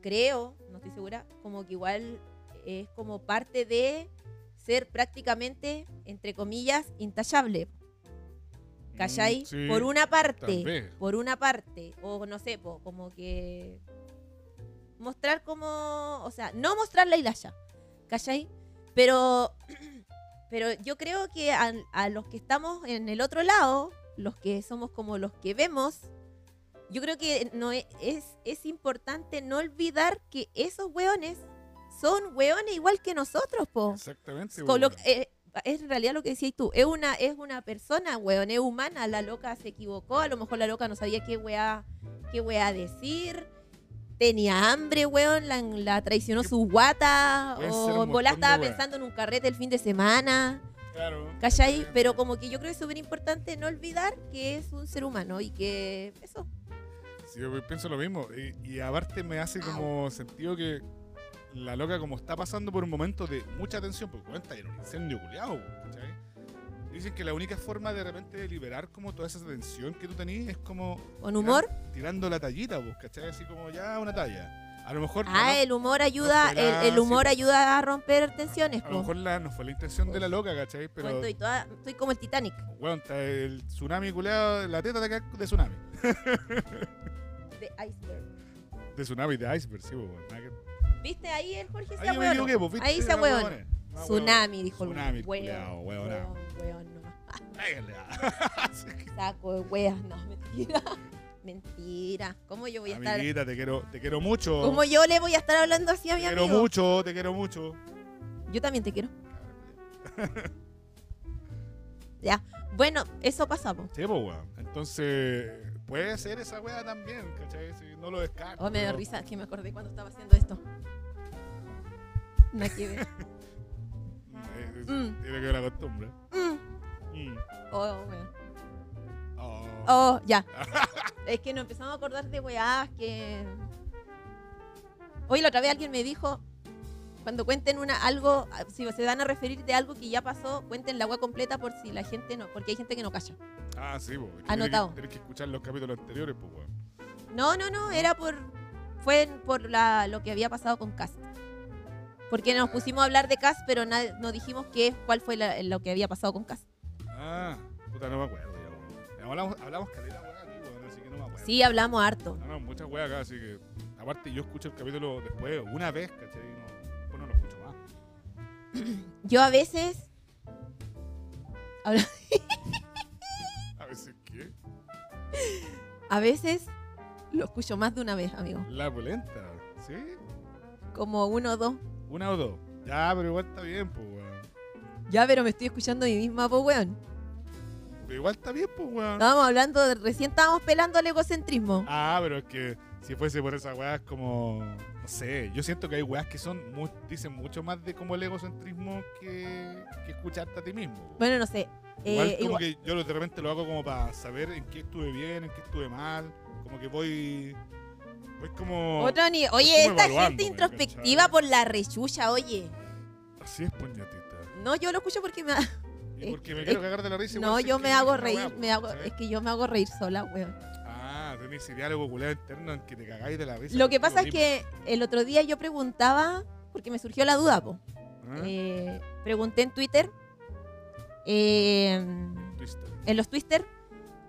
S2: creo, no estoy segura, como que igual es como parte de ser prácticamente, entre comillas, intachable, ¿cachai?
S1: Mm, sí,
S2: por una parte,
S1: tal vez.
S2: por una parte, o no sé, po, como que mostrar como, o sea, no mostrar la hilaya, ¿cachai? Pero, pero yo creo que a, a los que estamos en el otro lado, los que somos como los que vemos, yo creo que no e- es, es importante no olvidar que esos hueones son hueones igual que nosotros, po.
S1: Exactamente,
S2: Con lo-
S1: weón.
S2: eh, es en realidad lo que decías tú. Es una, es una persona, weón, es humana. La loca se equivocó. A lo mejor la loca no sabía qué weá, qué weá decir. Tenía hambre, weón. La, la traicionó
S1: Que-
S2: su guata.
S1: pueden ser un
S2: O en
S1: montón de
S2: volá estaba
S1: weá.
S2: pensando en un carrete el fin de semana.
S1: Claro.
S2: ¿Cachai? Pero como que yo creo que es súper importante no olvidar que es un ser humano y que eso.
S1: Sí, yo pienso lo mismo. Y, y aparte me hace como sentido que la loca como está pasando por un momento de mucha tensión, porque cuenta en un incendio culiado, ¿cachai? Dicen que la única forma de repente de liberar como toda esa tensión que tú tenías es como
S2: Con humor.
S1: tirando la tallita, pues, ¿cachai? Así como ya una talla. A lo mejor.
S2: Ah, el humor ayuda,
S1: No será,
S2: el, el humor
S1: sí.
S2: ayuda a romper tensiones,
S1: A lo
S2: po.
S1: mejor la, no fue la intención de la loca, ¿cachai?
S2: Pues
S1: Pero,
S2: Estoy, toda- estoy como el Titanic.
S1: weón, está el tsunami culeado, la teta de, acá de tsunami.
S2: De iceberg.
S1: De tsunami, de iceberg, sí, weón. nada que-
S2: ¿Viste? Ahí el Jorge se
S1: Ahí yo me equivoqué,
S2: ahueonó.
S1: pues, ¿viste?
S2: Ahí se
S1: Ah,
S2: ahueonó.
S1: hueones. Ah, hueón.
S2: Tsunami, dijo el
S1: Tsunami,
S2: weón.
S1: culiao,
S2: Weón,
S1: hueonao.
S2: weón, nomás.
S1: Pégale, ah.
S2: Saco de weas, no, mentira. Mentira. ¿Cómo yo voy a estar?
S1: Amiguita, te quiero, te quiero mucho.
S2: ¿Cómo yo le voy a estar hablando así a
S1: te
S2: mi
S1: quiero
S2: amigo?
S1: mucho, te quiero mucho.
S2: Yo también te quiero. Ya. Bueno, eso pasa, po.
S1: Sí, po, weón. Entonces, puede ser esa weá también, ¿cachai? Si no lo descarto.
S2: Oh, me da
S1: pero-
S2: risa que me acordé cuando estaba haciendo esto. No que ver.
S1: Eh, eh,
S2: Mm.
S1: Tiene que ver la costumbre.
S2: Mm.
S1: Mm.
S2: Oh, weón.
S1: Oh.
S2: Oh, ya. es que nos empezamos a acordar de weás que. Hoy la otra vez alguien me dijo. Cuando cuenten una algo, si se van a referir de algo que ya pasó, cuenten la weá completa por si la gente no, porque hay gente que no calla.
S1: Ah, sí, po. Tienes
S2: Anotado.
S1: que- Tienes que escuchar los capítulos anteriores, pues, weón.
S2: No, no, no, era por fue en- por la, lo que había pasado con Cass. Porque nos pusimos a hablar de Cass, pero na- no dijimos qué, cuál fue la- lo que había pasado con Cass.
S1: Ah, puta, no me acuerdo ya, weón. Ya Hablamos, hablamos caleta, weón, aquí, weón, así que no me acuerdo.
S2: Sí, hablamos harto.
S1: No, no, muchas weas acá, así que. Aparte, yo escucho el capítulo después, una vez, ¿cachai? No, después no lo escucho más.
S2: Yo a veces
S1: A veces, ¿qué?
S2: a veces lo escucho más de una vez, amigo.
S1: La polenta, ¿sí?
S2: Como uno o dos.
S1: Una o dos. Ya, pero igual está bien, pues, weón.
S2: Ya, pero me estoy escuchando a mí misma, po, weón.
S1: Pero igual está bien, pues, weón.
S2: Estábamos hablando, de- recién estábamos pelando el egocentrismo.
S1: Ah, pero es que si fuese por esas weas como. No sé, yo siento que hay weas que son mu- dicen mucho más de como el egocentrismo que, que escucharte a ti mismo.
S2: Bueno, no sé. eh,
S1: igual como
S2: igual-
S1: que yo lo- de repente lo hago como para saber en qué estuve bien, en qué estuve mal. Como que voy. Voy como.
S2: Otro ni-
S1: como
S2: Oye, esta
S1: evaluándome,
S2: gente introspectiva
S1: ¿cachai?
S2: por la rechucha, oye.
S1: Así es, puñetita.
S2: No, yo lo escucho porque me,
S1: Y
S2: Eh,
S1: porque me
S2: eh,
S1: quiero cagar de la risa.
S2: No,
S1: igual sé
S2: yo
S1: que
S2: me
S1: es
S2: hago
S1: una
S2: reír,
S1: wea, po,
S2: me hago,
S1: ¿cachai?
S2: es que yo me hago reír sola, weón.
S1: Ah, tenés ese diálogo culero interno en que te cagáis de la risa. pues,
S2: Lo que pasa es
S1: contigo
S2: que el otro día yo preguntaba, porque me surgió la duda, po.
S1: mismo. ¿Ah?
S2: Eh, pregunté en Twitter, eh, en
S1: Twister.
S2: los Twitter,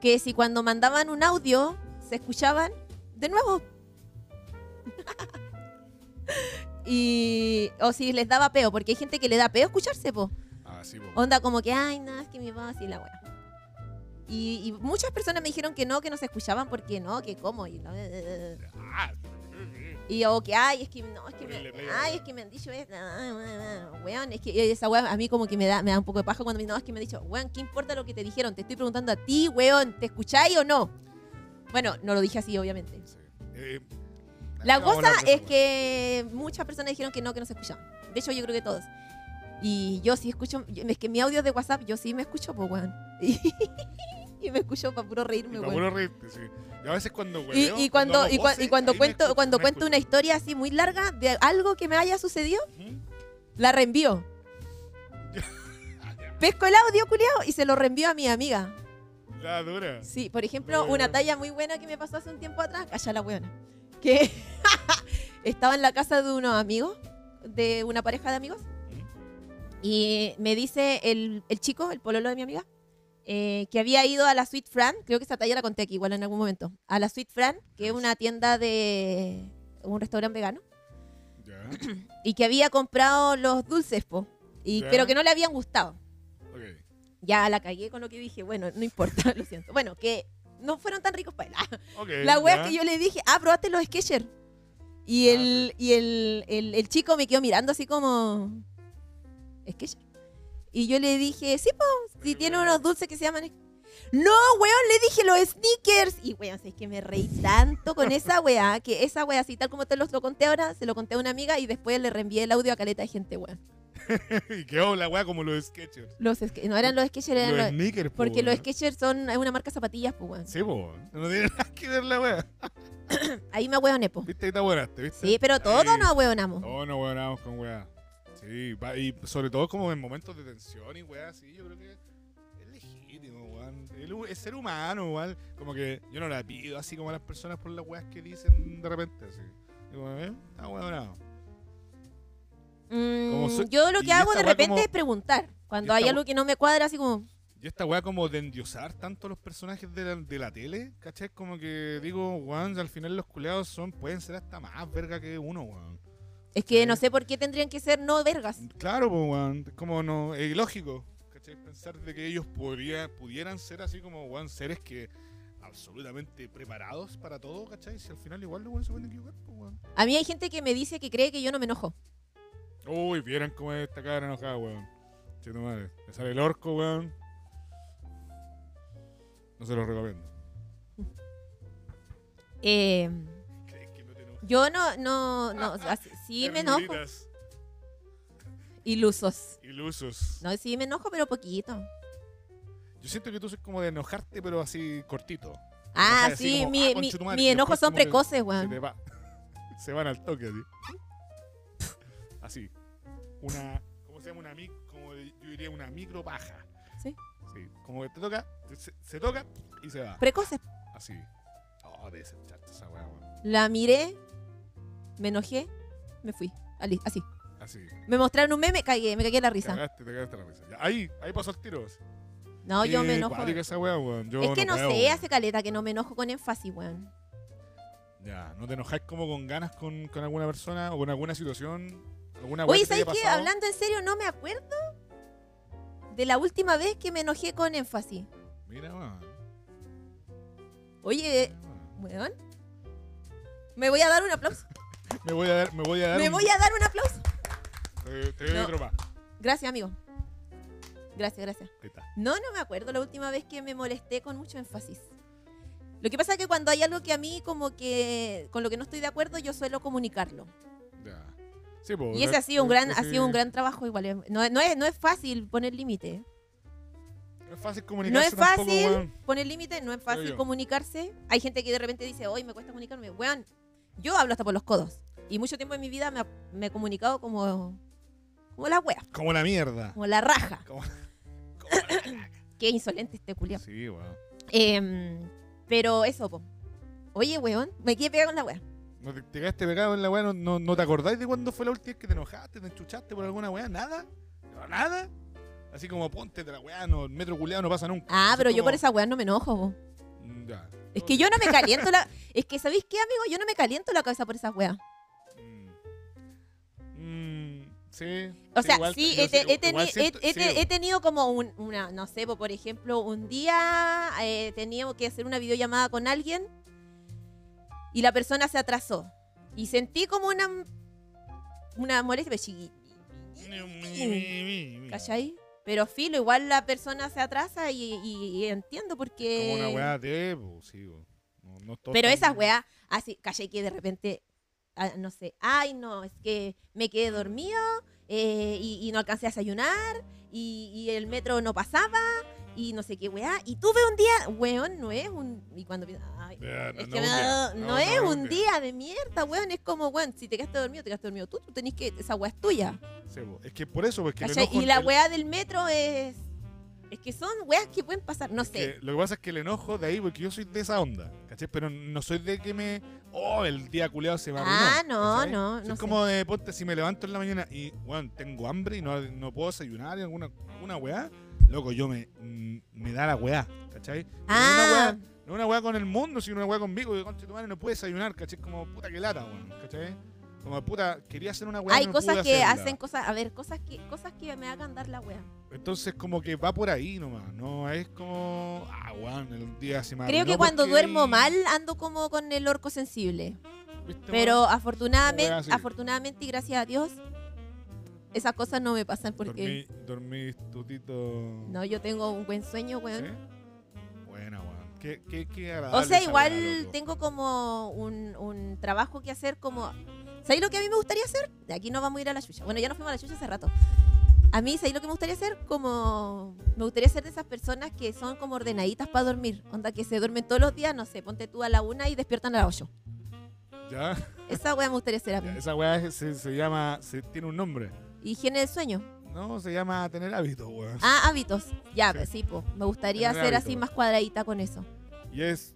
S2: que si cuando mandaban un audio se escuchaban de nuevo. y o si les daba peo, porque hay gente que le da peo escucharse, po.
S1: Ah, sí, po.
S2: Onda como que, ay, nada, es que mi voz y la weá. Y, y muchas personas me dijeron que no, que no se escuchaban porque no, que cómo. Y, la-
S1: Ah,
S2: y o que, ay, es que no, es que me,
S1: Ponle play,
S2: ay,
S1: weón.
S2: es que me han dicho eh, ah, esto. ay, ah, Weón, es que eh, esa weá a mí como que me da, me da un poco de paja cuando me no, es que me han dicho, weón, ¿qué importa lo que te dijeron? Te estoy preguntando a ti, weón, ¿te escucháis o no? Bueno, no lo dije así, obviamente.
S1: sí. Eh,
S2: La
S1: acá vamos a
S2: cosa
S1: hablar de
S2: es
S1: esa
S2: que muchas personas dijeron que no, que no se escuchaban. De hecho, yo creo que todos. Y yo sí escucho, yo- es que mi audio de WhatsApp, yo sí me escucho, pues, weón. Y, me escucho para puro reírme,
S1: Y
S2: weón.
S1: para puro reírte, sí. Y a veces Pues cuando
S2: Y,
S1: hueveo,
S2: y cuando,
S1: hago
S2: y, cua- y
S1: voces,
S2: cuando
S1: ahí me
S2: cuento,
S1: escucho,
S2: cuando
S1: me
S2: cuento una
S1: escucho.
S2: historia así muy larga de algo que me haya sucedido,
S1: Ujú. Ah,
S2: la reenvío. Pesco el audio, culiao, y se lo reenvío a mi amiga.
S1: La dura.
S2: Sí, por ejemplo,
S1: Muy
S2: una
S1: bueno.
S2: talla muy buena que me pasó hace un tiempo atrás, calla la weona, que estaba en la casa de unos amigos, de una pareja de amigos,
S1: ¿Mm?
S2: y me dice el, el chico, el pololo de mi amiga, eh, que había ido a la Sweet Fran, creo que esa talla la conté aquí igual en algún momento, a la Sweet Fran, que es una tienda de un restaurante vegano,
S1: Ya.
S2: y que había comprado los dulces, po, y,
S1: Ya.
S2: pero que no le habían gustado.
S1: Ok.
S2: Ya la cagué con lo que dije, bueno, no importa, lo siento. Bueno, que no fueron tan ricos para él.
S1: Ok,
S2: La wea
S1: ya.
S2: es que yo le dije, ah, probaste los Skechers. Y
S1: Ah,
S2: el, y el, el- el chico me quedó mirando así como. ¿Skechers? Y yo le dije, sí, pues, si tiene unos dulces que se llaman. Sk-". No, weón, le dije los sneakers. Y weón, es que me reí tanto con esa wea, que esa wea, así tal como te los lo conté ahora, se lo conté a una amiga y después le reenvié el audio a caleta de gente, weón.
S1: y quedó la wea como los Skechers.
S2: Los Ske- no eran los Skechers, eran
S1: Los
S2: los-
S1: sneakers, po,
S2: Porque los
S1: weón.
S2: Skechers son es una marca de zapatillas, pues, weón.
S1: Sí, po. No tiene nada que ver la wea.
S2: Ahí me weón, po.
S1: Viste, ahí te abuelaste, ¿viste?
S2: Sí, pero todos
S1: Ahí.
S2: nos weonamos.
S1: No, no weonamos con wea. Sí, va- y sobre todo como en momentos de tensión y wea, sí, yo creo que es legítimo, weón. El hu- Es ser humano, igual. Como que yo no la pido así como a las personas por las weas que dicen de repente, así. Yo como, ¿eh? Ah, bueno,
S2: Mm,
S1: Como soy-
S2: yo lo
S1: y
S2: que hago
S1: esta
S2: de
S1: weá
S2: repente
S1: como-
S2: es preguntar. Cuando
S1: y
S2: hay
S1: esta
S2: algo
S1: weá-
S2: que no me cuadra, así como,
S1: Y esta weá como de endiosar tanto los personajes de la, de la tele, ¿cachai? Como que digo, weón, al final los culeados son, pueden ser hasta más verga que uno, weón.
S2: es que
S1: Sí.
S2: no sé por qué tendrían que ser no vergas.
S1: Claro, pues, weón, es como no, es ilógico, ¿cachai? Pensar de que ellos podría, pudieran ser así como, weón, seres que absolutamente preparados para todo, ¿cachai? Si al final igual los weones se pueden equivocar, pues, weón.
S2: A mí hay gente que me dice que cree que yo no me enojo.
S1: Uy, vieran cómo es esta cara enojada, weón. Che, tu madre. Le sale el orco, weón. No se lo recomiendo.
S2: Eh,
S1: ¿Crees que no te enojas?
S2: yo no, no, no, o sea, sí me enojo.
S1: Ternuritas,
S2: Ilusos.
S1: Ilusos.
S2: No, sí me enojo, pero poquito.
S1: Yo siento que tú sois como de enojarte, pero así cortito.
S2: Ah,
S1: así
S2: sí,
S1: como,
S2: mi,
S1: ah,
S2: mi,
S1: conchetumare,
S2: mis
S1: y después
S2: enojos son
S1: como que
S2: precoces,
S1: Se
S2: weón.
S1: te va. Se van al toque así. Así. Una. ¿Cómo se llama? Una mic, como yo diría una micro paja.
S2: Sí.
S1: Sí. Como que te toca, se, se toca y se va.
S2: Precoces.
S1: Así. Oh, debe ser chata esa weá, weón.
S2: La miré, me enojé, me fui. Ali- Así.
S1: Así.
S2: Me mostraron un meme, cagué, me cagué la
S1: Te
S2: risa.
S1: cagaste, te cagaste la risa. Ya, ahí, ahí pasó el tiro.
S2: No, yo
S1: Qué
S2: me enojo.
S1: cuática esa weá, weón. Yo
S2: es que no,
S1: puedo,
S2: sé,
S1: weón.
S2: hace caleta que no me enojo con énfasis, weón.
S1: Ya, ¿no te enojáis como con ganas con, con alguna persona o con alguna situación? ¿Alguna weá
S2: Oye,
S1: que te haya
S2: ¿sabes qué?
S1: pasado?
S2: Hablando en serio, no me acuerdo de la última vez que me enojé con énfasis.
S1: Mira, weón.
S2: Oye, eh,
S1: mira, weón.
S2: weón. Me voy a dar un aplauso.
S1: Me voy a dar, me voy a dar.
S2: Me
S1: un-
S2: voy a dar un aplauso.
S1: Te, te doy
S2: No.
S1: otro más. Ahí
S2: Gracias, amigo. Gracias, gracias.
S1: está.
S2: No, no me acuerdo la última vez que me molesté con mucho énfasis. Lo que pasa es que cuando hay algo que a mí como que con lo que no estoy de acuerdo, yo suelo comunicarlo.
S1: Ya. Sí, po,
S2: Y ese
S1: la-
S2: ha sido un
S1: eh,
S2: gran, ha
S1: ese-
S2: sido un gran trabajo igual. eh. No, no es, no es fácil poner límite.
S1: No es fácil
S2: No es
S1: comunicarse tampoco,
S2: fácil
S1: weón.
S2: poner límite, no es fácil
S1: yo.
S2: comunicarse. Hay gente que de repente dice, hoy me cuesta comunicarme. Weón, yo hablo hasta por los codos. Y mucho tiempo en mi vida me, ha- me he comunicado como, como la wea,
S1: Como la mierda.
S2: como la raja.
S1: Como, como la-
S2: Qué insolente este culiao.
S1: sí, weón.
S2: Em, pero eso, po. Oye, weón, me quedé pegado con la wea.
S1: No te, te quedaste pegado en la weá, no, no, no te acordáis de cuándo fue la última vez que te enojaste, te enchuchaste por alguna weá, nada, Pero nada. Así como ponte de la weá, no, el metro culeado no pasa nunca.
S2: Ah,
S1: Eso
S2: pero
S1: es
S2: yo por
S1: como-
S2: esa wea no me enojo, po.
S1: Mm, Ya.
S2: Es que yo no me caliento la... Es que, ¿sabéis qué, amigo? Yo no me caliento la cabeza por esas weas.
S1: Mm. Mm, sí.
S2: O sea,
S1: igual-
S2: sí,
S1: yo
S2: he, te- he
S1: igual
S2: teni-
S1: siento-
S2: he- he
S1: sí,
S2: te- he tenido como un- una, no sé, po, por ejemplo, un día eh, teníamos que hacer una videollamada con alguien y la persona se atrasó. Y sentí como una, una molestia, pero chiqui- ¿cachai? Pero filo, igual la persona se atrasa y, y- y entiendo porque...
S1: Como una weá de, pues, sí, po. no, no todos
S2: Pero
S1: tan-
S2: esas weas, así, caché que de repente, ah, no sé, ay no, es que me quedé dormido eh, y, y no alcancé a desayunar y, y el metro no pasaba y no sé qué wea. Y tuve un día, weón, no es un. Y cuando pienso, ay,
S1: Ya, no,
S2: es
S1: no
S2: que
S1: un
S2: me-
S1: día.
S2: no,
S1: No,
S2: es
S1: no
S2: un día de mierda, weón. Es como, weón, si te quedaste dormido, te quedaste dormido tú, tú tenés que. Esa wea es tuya.
S1: Sí, po. Es que por eso, pues, que el
S2: ¿cachai?
S1: enojo-
S2: Y la
S1: el-
S2: wea del metro es. Es que son weas que pueden pasar, no sé.
S1: que lo que pasa es que el enojo de ahí, porque yo soy de esa onda, ¿cachai? Pero no soy de que me. Oh, el día culeado se me arruinó.
S2: Ah, no,
S1: ¿cachai?
S2: no,
S1: Soy
S2: no sé.
S1: como de ponte, si me levanto en la mañana y, bueno, tengo hambre y no, no puedo desayunar y alguna, alguna weá, loco, yo me, mm, me da la weá, ¿cachai? Pero
S2: Ah.
S1: No una weá, no una weá con el mundo, sino una weá conmigo, que conche tu madre no puede desayunar, ¿cachai? Como puta que lata, weón, ¿cachai? Como puta, quería hacer una weá.
S2: Hay
S1: no
S2: cosas
S1: pude
S2: que
S1: hacerla.
S2: hacen cosas, a ver, cosas que cosas que me hagan dar la wea.
S1: Entonces, como que va por ahí nomás, no es como. Ah, weón, el día se me
S2: Creo
S1: arruinó
S2: que cuando
S1: Ah, porque-
S2: duermo mal ando como con el orco sensible.
S1: ¿Viste,
S2: Pero
S1: weón? Wea,
S2: afortunadamente,
S1: sí.
S2: afortunadamente y gracias a Dios, esas cosas no me pasan porque
S1: Dormí, dormí tutito.
S2: no, yo tengo un buen sueño, weón.
S1: ¿Sí? Bueno, ¿Eh? weón. Qué, qué, qué
S2: ¿Eh? O
S1: agradable
S2: sea,
S1: esa
S2: igual
S1: weá, loco.
S2: tengo como un, un trabajo que hacer como... ¿Sabéis lo que a mí me gustaría hacer? De aquí no vamos a ir a la chucha. Bueno, ya nos fuimos a la chucha hace rato. A mí, ¿sabéis lo que me gustaría hacer? Como... Me gustaría ser de esas personas que son como ordenaditas para dormir. Onda, que se duermen todos los días, no sé, ponte tú a la una y despiertan a las ocho.
S1: ¿Ya?
S2: Esa weá me gustaría hacer a
S1: ya,
S2: mí.
S1: Esa weá es- se, se llama. Se, tiene un nombre.
S2: Higiene del sueño.
S1: No, se llama tener hábitos, weón.
S2: Ah, hábitos. Ya,
S1: Sí.
S2: sí, po. Me gustaría
S1: Tener
S2: ser
S1: hábitos.
S2: así más cuadradita con eso.
S1: Y es.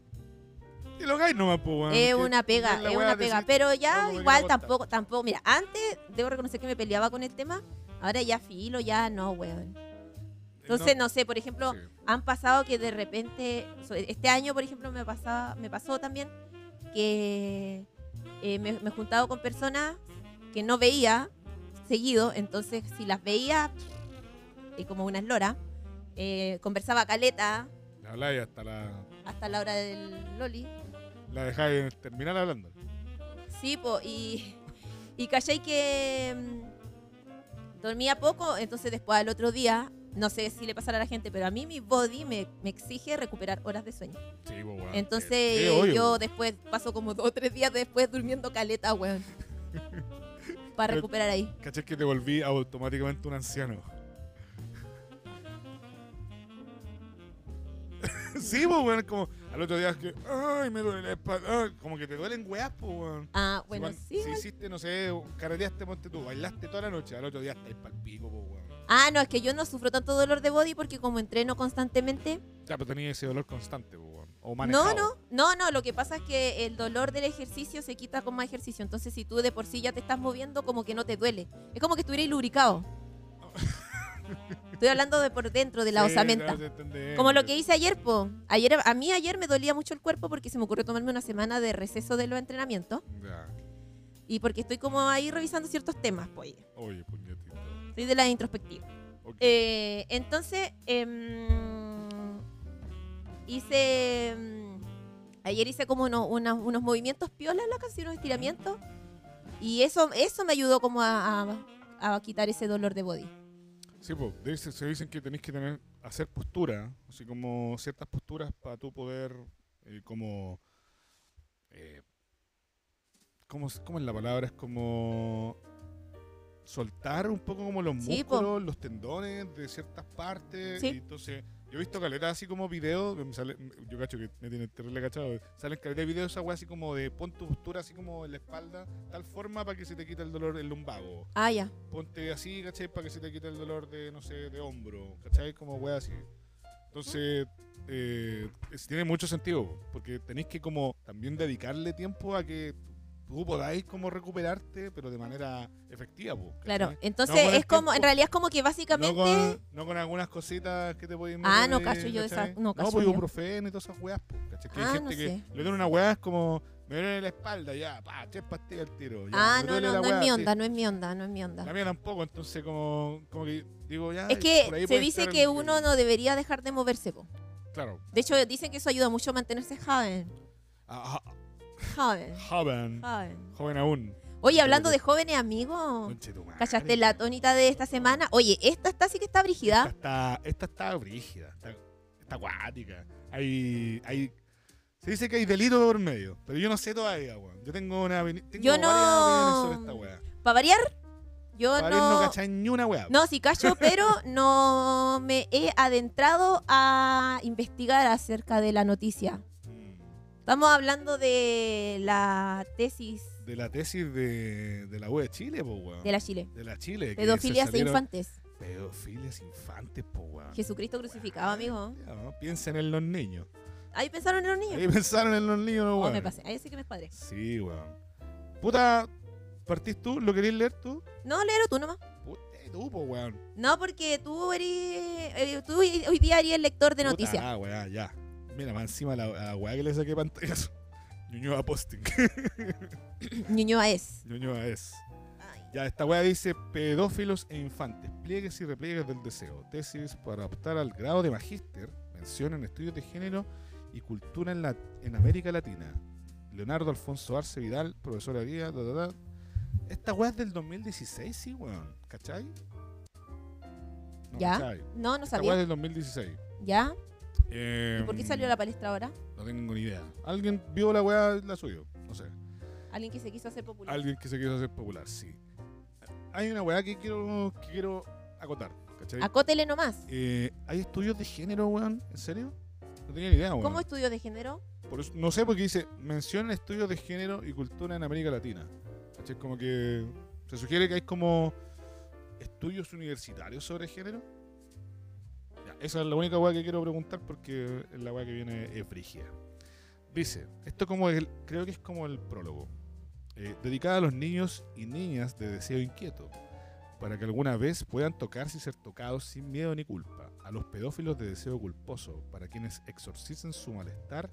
S1: Y lo hagáis nomás, pues, weón.
S2: Es
S1: que
S2: una pega,
S1: la
S2: es
S1: weá
S2: una
S1: de
S2: pega.
S1: decir,
S2: Pero
S1: no
S2: ya
S1: me voy a
S2: igual
S1: acostar.
S2: tampoco, tampoco. Mira, antes debo reconocer que me peleaba con el tema. Ahora ya filo, ya no, weón. Entonces, no, sé, por ejemplo,
S1: Eh, sí.
S2: han pasado que de repente. so- Este año, por ejemplo, me, pasaba, me pasó también que eh, me, me he juntado con personas que no veía seguido. Entonces, si las veía, eh, como unas loras, eh, conversaba caleta
S1: Le habláis hasta la.
S2: hasta la hora del Loli.
S1: La dejáis terminar hablando.
S2: Sí, po, y, y cachai que mm, dormía poco, entonces después al otro día, no sé si le pasará a la gente, pero a mí mi body me, me exige recuperar horas de sueño.
S1: Sí, pues, weón.
S2: Entonces
S1: Sí, obvio,
S2: yo
S1: weón.
S2: después paso como dos o tres días después durmiendo caleta, weón. Para
S1: Pero-
S2: recuperar ahí.
S1: Caché que te volví automáticamente un anciano. sí, pues, weón. es Como al otro día es que. Ay, me duele la espalda. ay, como que te duelen weas, pues, weón.
S2: Ah,
S1: Si
S2: bueno,
S1: cuan-
S2: sí.
S1: Si
S2: weón.
S1: hiciste, no sé, carreteaste, ponte tú, bailaste toda la noche, al otro día estáis pa'l pico, po, weón.
S2: Ah, no, es que yo no sufro tanto dolor de body porque como entreno constantemente,
S1: Ya, pero tenías ese dolor constante, po, weón. O
S2: No,
S1: manejado.
S2: no, no, no, lo que pasa es que el dolor del ejercicio se quita con más ejercicio, entonces si tú de por sí ya te estás moviendo como que no te duele, es como que estuvieras lubricado. Estoy hablando de por dentro, de la
S1: Sí,
S2: osamenta.
S1: ya se entendemos.
S2: Como lo que hice ayer, po. Ayer, a mí ayer me dolía mucho el cuerpo porque se me ocurrió tomarme una semana de receso de los entrenamientos
S1: Ya,
S2: y porque estoy como ahí revisando ciertos temas, pues.
S1: oye, puñetito.
S2: Soy de la introspectiva.
S1: Ok.
S2: Eh, entonces, em, hice. em, ayer hice como uno- una- unos movimientos piolas, loca, así unos estiramientos. Y eso, eso me ayudó como a, a- a quitar ese dolor de body.
S1: Sí, pues, se dicen que tenéis que tener, hacer postura, así como ciertas posturas para tú poder, eh, como, eh, ¿cómo, es- cómo es la palabra? Es como soltar un poco como los
S2: Sí, po.
S1: músculos, los tendones de ciertas partes.
S2: Sí.
S1: y entonces, yo he visto caletas así como videos, me sale- me- yo cacho que me tiene terrible cachado, salen caletas de videos esa wea así como de pon tu postura así como en la espalda, tal forma para que se te quite el dolor, el lumbago
S2: Ah, ya.
S1: ponte así, ¿cachai? Para que se te quite el dolor de, no sé, de hombro, ¿cachai? Como weá así. Entonces, eh, es- tiene mucho sentido, po, porque tenéis que como también dedicarle tiempo a que tú podáis como recuperarte, pero de manera efectiva, po, ¿cachai?
S2: Claro. Entonces,
S1: No con el
S2: es como. En
S1: tiempo.
S2: realidad es como que
S1: No
S2: básicamente.
S1: con, no con algunas cositas que te pueden
S2: Ah,
S1: meter
S2: no
S1: ahí,
S2: cacho yo
S1: ¿cachai?
S2: esa- no cacho
S1: pues
S2: yo.
S1: ibuprofeno y todas esas weas, po, ¿cachai? Que hay
S2: Ah,
S1: gente
S2: no
S1: que
S2: sé.
S1: le duelen una weá, es como, me duele la espalda, ya, pa, tres pastillas al tiro. ya,
S2: Ah,
S1: me
S2: no,
S1: duele
S2: no,
S1: la
S2: no es
S1: weá,
S2: mi
S1: sí.
S2: onda, no es mi onda, no es mi onda.
S1: La mía tampoco, entonces como, como que digo ya. por
S2: Es
S1: ahí
S2: que se
S1: puede
S2: dice
S1: estar
S2: que
S1: el-
S2: uno no debería dejar de moverse, po.
S1: Claro.
S2: De hecho, dicen que eso ayuda mucho a mantenerse joven.
S1: Ah, ah,
S2: Joven.
S1: joven.
S2: Joven.
S1: Joven aún.
S2: Oye, hablando de jóvenes amigos.
S1: Conche tu madre.
S2: ¿Cachaste la tónita de esta semana? Oye, esta está sí que está
S1: Esta
S2: brígida.
S1: está, esta está brígida, está, está acuática. Hay, hay, se dice que hay delito por medio, pero yo no sé todavía, weón. Yo tengo una opini- tengo
S2: Yo
S1: varias
S2: no-
S1: opiniones sobre esta weá.
S2: Para variar, yo
S1: Para no,
S2: no.
S1: cachar ni una weá.
S2: no, sí cacho, pero no me he adentrado a investigar acerca de la noticia.
S1: Mm,
S2: Estamos hablando de la tesis
S1: De la tesis de, de la U de Chile, po, weón.
S2: de la Chile.
S1: De la Chile. que se
S2: Pedofilias e
S1: salieron-
S2: infantes.
S1: Pedofilias infantes, po, weón.
S2: Jesucristo crucificado, amigo.
S1: Ya, ¿no? Piensen en los niños.
S2: Ahí pensaron en los
S1: Ahí
S2: niños.
S1: pues, pensaron en los niños, los
S2: Oh,
S1: weones.
S2: me pasé. Ahí sí que me espadré.
S1: Sí, weón. Puta, ¿partís tú? ¿Lo querés leer tú?
S2: No, léelo tú nomás.
S1: Puta, y tú, po, weón.
S2: No, porque tú eres. eh, tú hoy hoy día eres lector de
S1: Puta,
S2: noticias.
S1: Ah, weón, ya. Mira, más encima la, la weá que le saqué pantallazo. Ñuñoa Posting.
S2: Ñuñoa es.
S1: Ñuñoa es.
S2: Ay.
S1: Ya, esta weá dice pedófilos e infantes, pliegues y repliegues del deseo, tesis para optar al grado de magíster, mención en estudios de género y cultura en, la, en América Latina. Leonardo Alfonso Arce Vidal, profesor de guía, ta, ta, ta. Esta weá es del 2016, sí, weón, ¿cachai? No,
S2: Ya,
S1: ¿cachai?
S2: No, no
S1: Esta weá es
S2: sabía.
S1: del 2016.
S2: ¿Ya?
S1: Eh,
S2: ¿Y por qué salió a la palestra ahora?
S1: No tengo ni idea. Alguien vio la weá, la subió, no sé.
S2: Alguien que se quiso hacer popular.
S1: Alguien que se quiso hacer popular, sí. Hay una weá que quiero, que quiero acotar, ¿cachai?
S2: Acótele nomás.
S1: Eh, ¿Hay estudios de género, weón? ¿En serio? No tenía ni idea, weón.
S2: ¿Cómo estudios de género?
S1: Por eso- no sé porque dice, menciona estudios de género y cultura en América Latina. ¿Cachai? Como que se sugiere que hay como estudios universitarios sobre género. Ya, esa es la única weá que quiero preguntar porque es la weá que viene es brígida. Dice, esto como el, creo que es como el prólogo. Eh, dedicada a los niños y niñas de deseo inquieto, para que alguna vez puedan tocarse y ser tocados sin miedo ni culpa. A los pedófilos de deseo culposo, para quienes exorcicen su malestar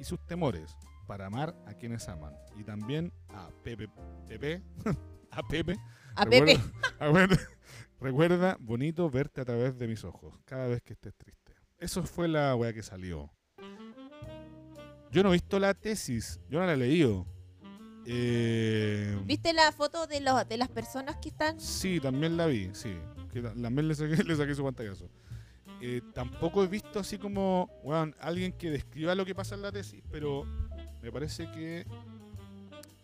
S1: y sus temores, para amar a quienes aman. Y también a Pepe, Pepe, a Pepe,
S2: A
S1: Recuerda-
S2: Pepe.
S1: Recuerda, recuerda, bonito verte a través de mis ojos, cada vez que estés triste. Eso fue la weá que salió. Yo no he visto la tesis, yo no la he leído. Eh,
S2: ¿Viste la foto de, los, de las personas que están?
S1: sí, también la vi, sí. Que ta- también le saqué, le saqué su pantallazo. Eh, tampoco he visto así como, weón, alguien que describa lo que pasa en la tesis, pero me parece que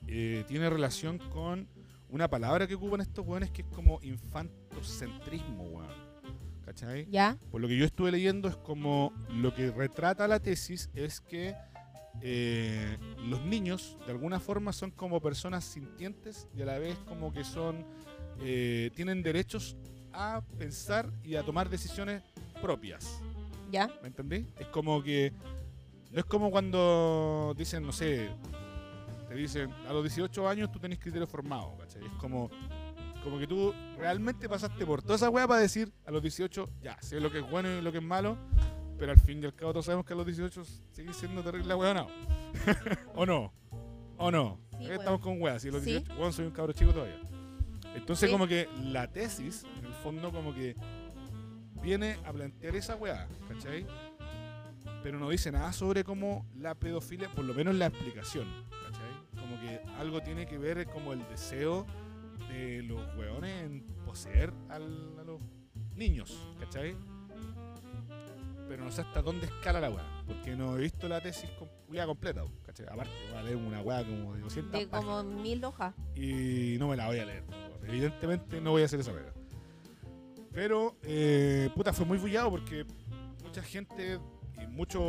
S1: eh, tiene relación con una palabra que ocupan estos weones que es como infantocentrismo, weón. ¿Cachai?
S2: Ya.
S1: Por lo que yo estuve leyendo es como lo que retrata la tesis es que eh, los niños de alguna forma son como personas sintientes y a la vez como que son eh, tienen derechos a pensar y a tomar decisiones propias.
S2: Ya.
S1: ¿Me entendí? Es como que. No es como cuando dicen, no sé, te dicen, a los 18 años tú tenés criterio formado, ¿cachai? Es como, como que tú realmente pasaste por toda esa weá para decir a los 18, ya, sé lo que es bueno y lo que es malo, pero al fin y al cabo todos sabemos que a los 18 sigue siendo terrible la weá, ¿no? ¿O no? ¿O no?
S2: Sí,
S1: Aquí
S2: weón.
S1: estamos con weá, si a los
S2: Sí.
S1: 18, weón, soy un cabro chico todavía. Entonces
S2: Sí.
S1: como que la tesis, en el fondo, como que viene a plantear esa weá, ¿cachai? Pero no dice nada sobre cómo la pedofilia, por lo menos la explicación, ¿cachai? Como que algo tiene que ver como el deseo de los weones en poseer al- a los niños, ¿cachai? Pero no sé hasta dónde escala la weá, porque no he visto la tesis com- ya completa, ¿cachai? Aparte, voy a leer una weá como de 200
S2: De
S1: páginas
S2: como mil hojas.
S1: y no me la voy a leer. Evidentemente no voy a hacer esa pega. Pero, eh, puta, fue muy bullado porque mucha gente y muchos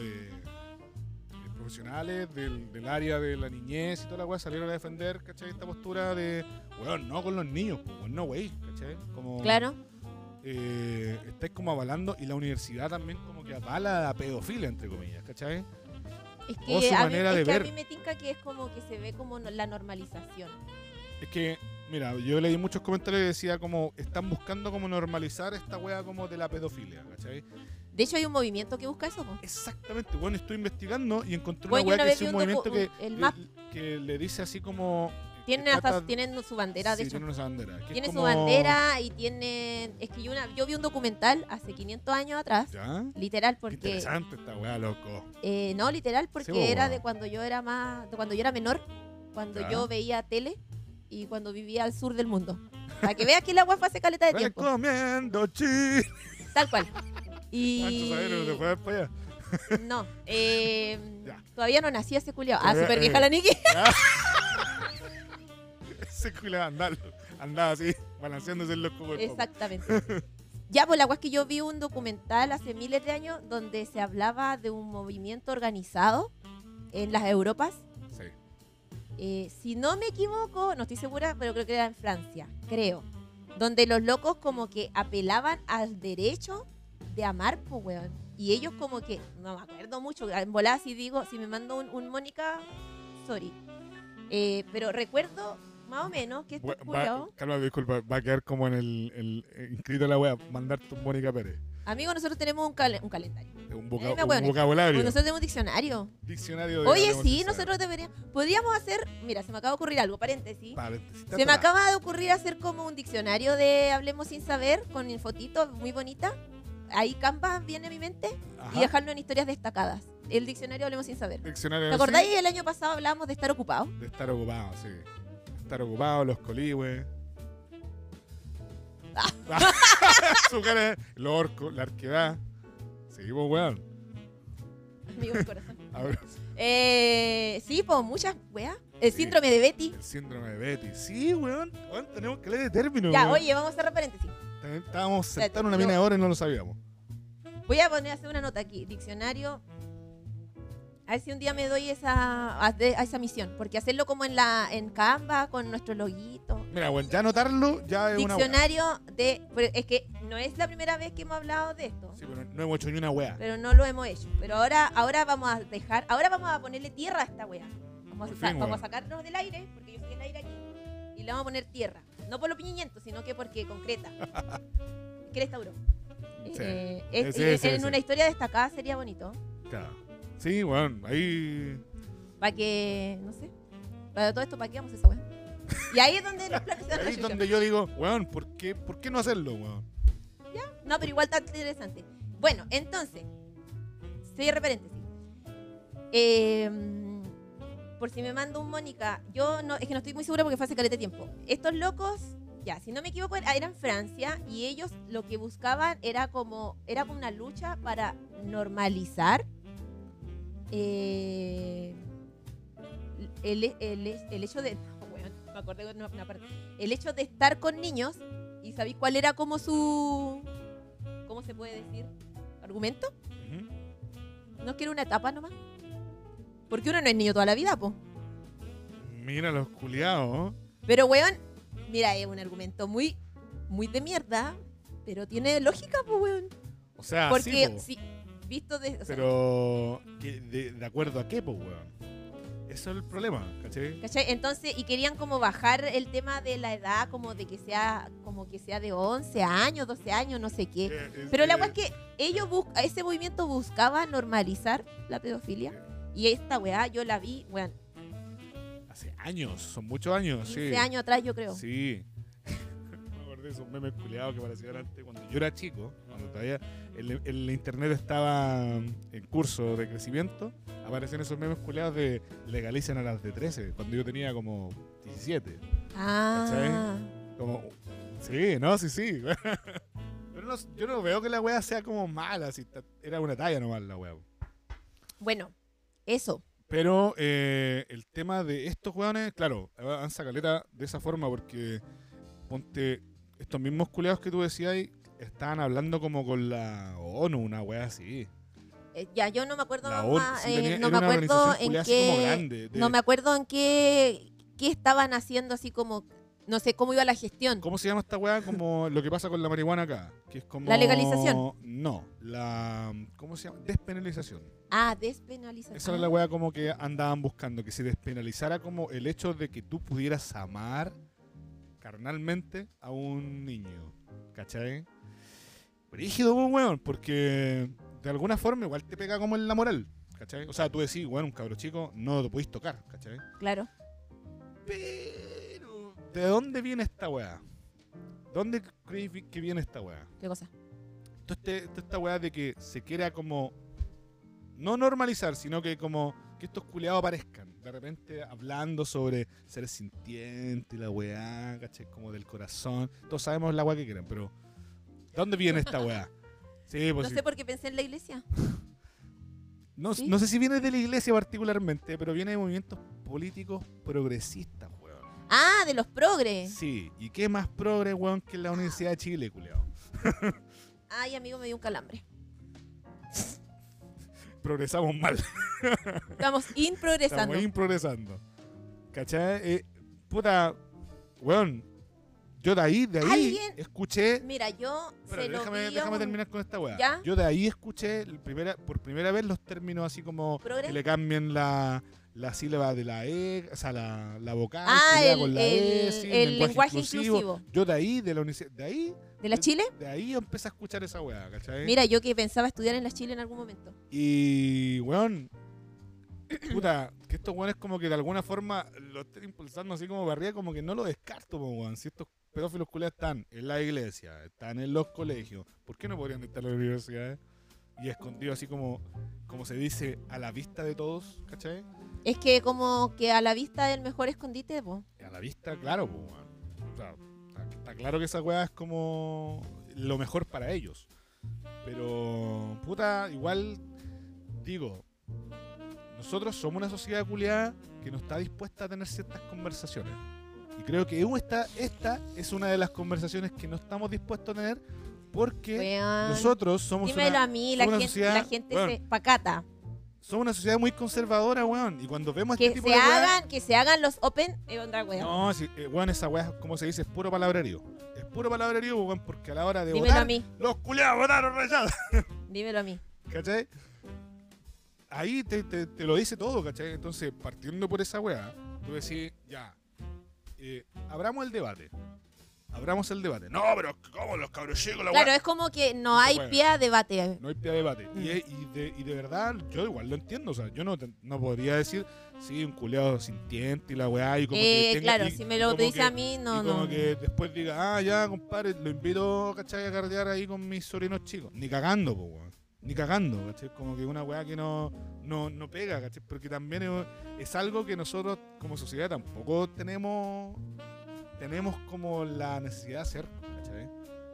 S1: eh, eh, profesionales del, del área de la niñez y toda la weá salieron a defender, ¿cachai? Esta postura de, weón, no con los niños, pues, weón, no wey, ¿cachai? Como,
S2: Claro.
S1: eh, estáis como avalando y la universidad también como que avala a la pedofilia, entre comillas, ¿cachai?
S2: Es
S1: O
S2: que,
S1: su
S2: a mí,
S1: manera
S2: es
S1: de
S2: que a
S1: ver.
S2: mí me tinca que es como que se ve como no- la normalización.
S1: Es que, mira, yo leí muchos comentarios que decía como están buscando como normalizar esta wea como de la pedofilia, ¿cachai?
S2: De hecho, hay un movimiento que busca eso. po.
S1: Exactamente, bueno, estoy investigando y encontré
S2: Bueno, yo
S1: una wea
S2: una
S1: que es
S2: vez
S1: un,
S2: vi un
S1: movimiento que,
S2: docu- un- el
S1: le-
S2: MAP.
S1: que le dice así como...
S2: Tienen,
S1: que
S2: hasta-
S1: trata-
S2: tienen su bandera, de
S1: sí,
S2: hecho.
S1: tiene una bandera. que es
S2: Tiene su
S1: como-
S2: bandera y tiene... Es que yo, una, yo vi un documental hace 500 años atrás.
S1: ¿Ya? Qué
S2: Literal, porque...
S1: interesante esta wea, loco.
S2: eh, no, literal, porque
S1: Sí, po,
S2: era
S1: weón.
S2: de cuando yo era más... De cuando yo era menor. Cuando
S1: Ya.
S2: yo veía tele y cuando vivía al sur del mundo. Para que veas que el agua fue hace caleta de tiempo.
S1: Recomiendo chile.
S2: Tal cual. Y...
S1: Pancho Saavedra, no te puedes para allá.
S2: No, eh,
S1: Ya. Eh,
S2: todavía no nací ese culiao. Ah,
S1: Todavía-
S2: súper vieja la Niki.
S1: Ese culo andaba, andaba así, balanceándose en los cubos. de pop.
S2: Exactamente. Ya, pues la weá es que yo vi un documental hace miles de años donde se hablaba de un movimiento organizado en las Europas.
S1: Sí.
S2: Eh, si no me equivoco, no estoy segura, pero creo que era en Francia, creo. Donde los locos como que apelaban al derecho de amar, pues, weón. Y ellos como que, no me acuerdo mucho, en volada si digo, si me mando un, un Mónica, sorry. Eh, pero recuerdo más o menos que estos
S1: Bueno,
S2: culiados-
S1: Va, calma, disculpa, va a quedar como en el, el- inscrito en la web, mandar tu Mónica Pérez.
S2: Amigos, nosotros tenemos un, calen- un calendario.
S1: Es Un, voca-
S2: Eh, me
S1: un
S2: hueones.
S1: vocabulario.
S2: Pues nosotros tenemos un diccionario.
S1: Diccionario de
S2: Oye,
S1: la
S2: sí,
S1: homosexualidad.
S2: nosotros deberíamos. Podríamos hacer. Mira, se me acaba de ocurrir algo, paréntesis.
S1: Paréntesis,
S2: Se me
S1: tatará.
S2: acaba de ocurrir hacer como un diccionario de Hablemos sin saber con infotito muy bonita. Ahí Canva viene a mi mente
S1: Ajá. Eh,
S2: y dejarlo en historias destacadas. El diccionario Hablemos sin saber.
S1: Diccionario
S2: ¿Te
S1: así,
S2: acordáis? El año pasado hablábamos de estar ocupado.
S1: De estar ocupado, sí. Estar ocupado, los colihue.
S2: Ah.
S1: Su cara, es- el orco, la arquedad. Seguimos, weón.
S2: Amigo del corazón.
S1: A ver,
S2: Eh, sí, pues muchas weas. El
S1: Sí.
S2: síndrome de Betty.
S1: El síndrome de Betty. Sí, weón. weón, tenemos que leer de término.
S2: Ya,
S1: weón.
S2: oye, vamos a cerrar paréntesis.
S1: También Estábamos sentados en una
S2: yo-
S1: mina de oro y no lo sabíamos.
S2: Voy a poner a hacer una nota aquí, diccionario. A ver si un día me doy esa, a, de- a esa misión, porque hacerlo como en la en Canva con nuestro loguito.
S1: Mira, bueno, ya anotarlo ya es una weá.
S2: Diccionario de. pero Es que no es la primera vez que hemos hablado de esto.
S1: Sí, pero no hemos hecho ni una weá.
S2: Pero no lo hemos hecho. Pero ahora, ahora vamos a dejar. Ahora vamos a ponerle tierra a esta wea. Vamos, a,
S1: Por
S2: sa-
S1: fin,
S2: vamos
S1: weón.
S2: a sacarnos del aire, porque yo soy el aire aquí. Y le vamos a poner tierra. No por lo piñiento, sino que porque concreta. que restauró.
S1: Sí,
S2: Eh, es-
S1: Ese, ese,
S2: en
S1: ese.
S2: una historia destacada sería bonito.
S1: claro. Sí, bueno, ahí.
S2: Para que. No sé. Para todo esto, ¿para qué vamos a esa wea? Y ahí es donde los planes se van a
S1: Ahí es
S2: chuchar.
S1: donde yo digo, weón, ¿por qué, ¿por qué no hacerlo, weón?
S2: No, pero igual está interesante. Bueno, entonces, cierre paréntesis. Eh, por si me manda un Mónica, yo no, es que no estoy muy segura porque fue hace caleta de tiempo. Estos locos, ya, si no me equivoco, era- eran Francia y ellos lo que buscaban era como, era como una lucha para normalizar eh, el, el- el hecho de. no, weón, me acordé de una- una parte. El hecho de estar con niños ¿Y sabéis cuál era como su. ¿Cómo se puede decir? ¿Argumento?
S1: Ujú.
S2: ¿No es que era una etapa nomás? Porque uno no es niño toda la vida, po.
S1: Mira los culiados.
S2: Pero, weón, mira, es un argumento muy, muy de mierda, pero tiene lógica, po, weón.
S1: O sea, Ah, sí,
S2: Porque
S1: po.
S2: si. Visto de. o sea,
S1: Pero, ¿qué- de, de acuerdo a qué, pues, weón? Eso es el problema, ¿cachai?
S2: ¿Cachai? Entonces, y querían como bajar el tema de la edad, como de que sea como que sea de 11 años, 12 años, no sé qué.
S1: Eh, eh,
S2: Pero la
S1: eh,
S2: weá es que ellos bus- ese movimiento buscaba normalizar la pedofilia. Y esta weá yo la vi, weón,
S1: Hace años, son muchos años,
S2: 15
S1: sí.
S2: años atrás, yo creo.
S1: Sí. Me acordé de esos memes culiados que parecían antes cuando yo era chico, cuando todavía el, el internet estaba en curso de crecimiento. Aparecen esos memes culiados de legalizan a las de 13, cuando yo tenía como 17.
S2: Ah,
S1: Como, sí, no, sí, sí. Pero no- yo no veo que la wea sea como mala, si ta- era una talla nomás la wea.
S2: bueno, eso.
S1: Pero eh, el tema de estos weones, claro, avanza caleta de esa forma porque ponte estos mismos culeados que tú decías ahí, estaban hablando como con la ONU, una wea así.
S2: Eh, ya, yo no me acuerdo
S1: La ONU
S2: más,
S1: sí
S2: eh,
S1: tenía-
S2: no
S1: era una
S2: me acuerdo
S1: organización culiá
S2: en
S1: así como
S2: qué,
S1: grande. de-
S2: no me acuerdo en qué, qué estaban haciendo así como, no sé cómo iba la gestión.
S1: ¿Cómo se llama esta weá? Como lo que pasa con la marihuana acá, que es como
S2: ¿La legalización?
S1: No, la ¿cómo se llama? Despenalización.
S2: Ah, despenalización.
S1: Esa era la weá como que andaban buscando, que se despenalizara como el hecho de que tú pudieras amar carnalmente a un niño. ¿Cachai? Rígido, weón, porque de alguna forma igual te pega como en la moral. ¿Cachai? O sea, tú decís, bueno, un cabro chico no lo podéis tocar, ¿cachai?
S2: Claro.
S1: Pero, ¿de dónde viene esta weá? ¿Dónde creéis vi- que viene esta weá?
S2: ¿Qué cosa?
S1: Toda este- toda esta weá de que se quiera como. No normalizar, sino que como. Que estos culeados aparezcan. De repente hablando sobre ser sintiente, la weá, ¿cachai? Como del corazón. Todos sabemos la weá que quieren, pero. ¿de ¿Dónde viene esta weá? Sí, pues
S2: No
S1: sí.
S2: sé por qué pensé en la iglesia.
S1: no,
S2: ¿sí?
S1: no sé si viene de la iglesia particularmente, pero viene de movimientos políticos progresistas, weón.
S2: Ah, de los progres.
S1: Sí, ¿y qué más progre, weón, que la Universidad de Chile, culeado?
S2: Ay, amigo, me dio un calambre.
S1: Progresamos mal.
S2: Estamos
S1: Estamos
S2: inprogresando.
S1: ahí progresando. ¿Cachai? Eh, puta, weón. Yo de ahí, de ahí,
S2: Alguien-
S1: escuché.
S2: Mira, yo
S1: Espera,
S2: se lo
S1: déjame,
S2: vi a
S1: déjame
S2: un
S1: terminar con esta weá.
S2: ¿Ya?
S1: Yo de ahí escuché el primera, por primera vez los términos así como
S2: progre.
S1: que le cambien la, la sílaba de la E, o sea, la, la vocal.
S2: Ah,
S1: culiá,
S2: el,
S1: con la
S2: el-
S1: E, sí,
S2: el lenguaje inclusivo.
S1: Yo de ahí, de la universidad, de ahí,
S2: ¿De la Chile?
S1: de ahí empecé a escuchar esa weá, ¿cachai?
S2: Mira, yo que pensaba estudiar en la Chile en algún momento.
S1: Y, weón, puta, que estos weones como que de alguna forma lo estén impulsando así como barría, como que no lo descarto, po, weón. Si estos pedófilos culiados están en la iglesia, están en los colegios, ¿por qué no podrían estar en las universidades? Y escondido así como, como se dice, a la vista de todos, ¿cachai?
S2: Es que como que a la vista del mejor escondite, po.
S1: A la
S2: Ah.
S1: vista, claro, po, weón. O sea, está, está claro que esa weá es como lo mejor para ellos. Pero, puta, igual digo, nosotros somos una sociedad culiada que no está dispuesta a tener ciertas conversaciones. Y creo que esta, esta es una de las conversaciones que no estamos dispuestos a tener porque
S2: Weón.
S1: nosotros somos
S2: Dímelo
S1: una,
S2: a mí, la
S1: somos una
S2: gente,
S1: sociedad-
S2: la gente
S1: weón.
S2: se pacata.
S1: Somos una sociedad muy conservadora, weón. Y cuando vemos
S2: Que
S1: este tipo
S2: se
S1: de weá-
S2: hagan, que se hagan los open, es onda, weón.
S1: No, si, eh, weón, esa weá, como se dice, es puro palabrerío. Es puro palabrerío, weón, porque a la hora de
S2: Dímelo
S1: votar,
S2: a mí.
S1: los culiados votaron rechazo.
S2: Dímelo a mí.
S1: ¿Cachai? Ahí te, te- te lo dice todo, ¿cachai? Entonces, partiendo por esa weá, tú decís, ya, eh, abramos el debate. Abramos el debate. No, pero ¿cómo los cabros chicos, la weá?
S2: Claro, es como que no hay
S1: Bueno.
S2: pie a debate.
S1: No hay pie de debate.
S2: Mm.
S1: Y, es- y de, y de verdad, yo igual lo entiendo. O sea, yo no, te- no podría decir, sí, un culeado sintiente y la weá. Y como
S2: Eh,
S1: que tenga-
S2: claro,
S1: y
S2: si me lo
S1: como
S2: dice
S1: que-
S2: a mí, no,
S1: y como
S2: no.
S1: que después diga, ah, ya, compadre, lo invito, ¿cachai? A carretear ahí con mis sobrinos chicos. Ni cagando, po, weón. Ni cagando, ¿cachai? Como que una weá que no, no, no pega, ¿cachai? Porque también es, es algo que nosotros como sociedad tampoco tenemos, tenemos como la necesidad de hacer, ¿cachai?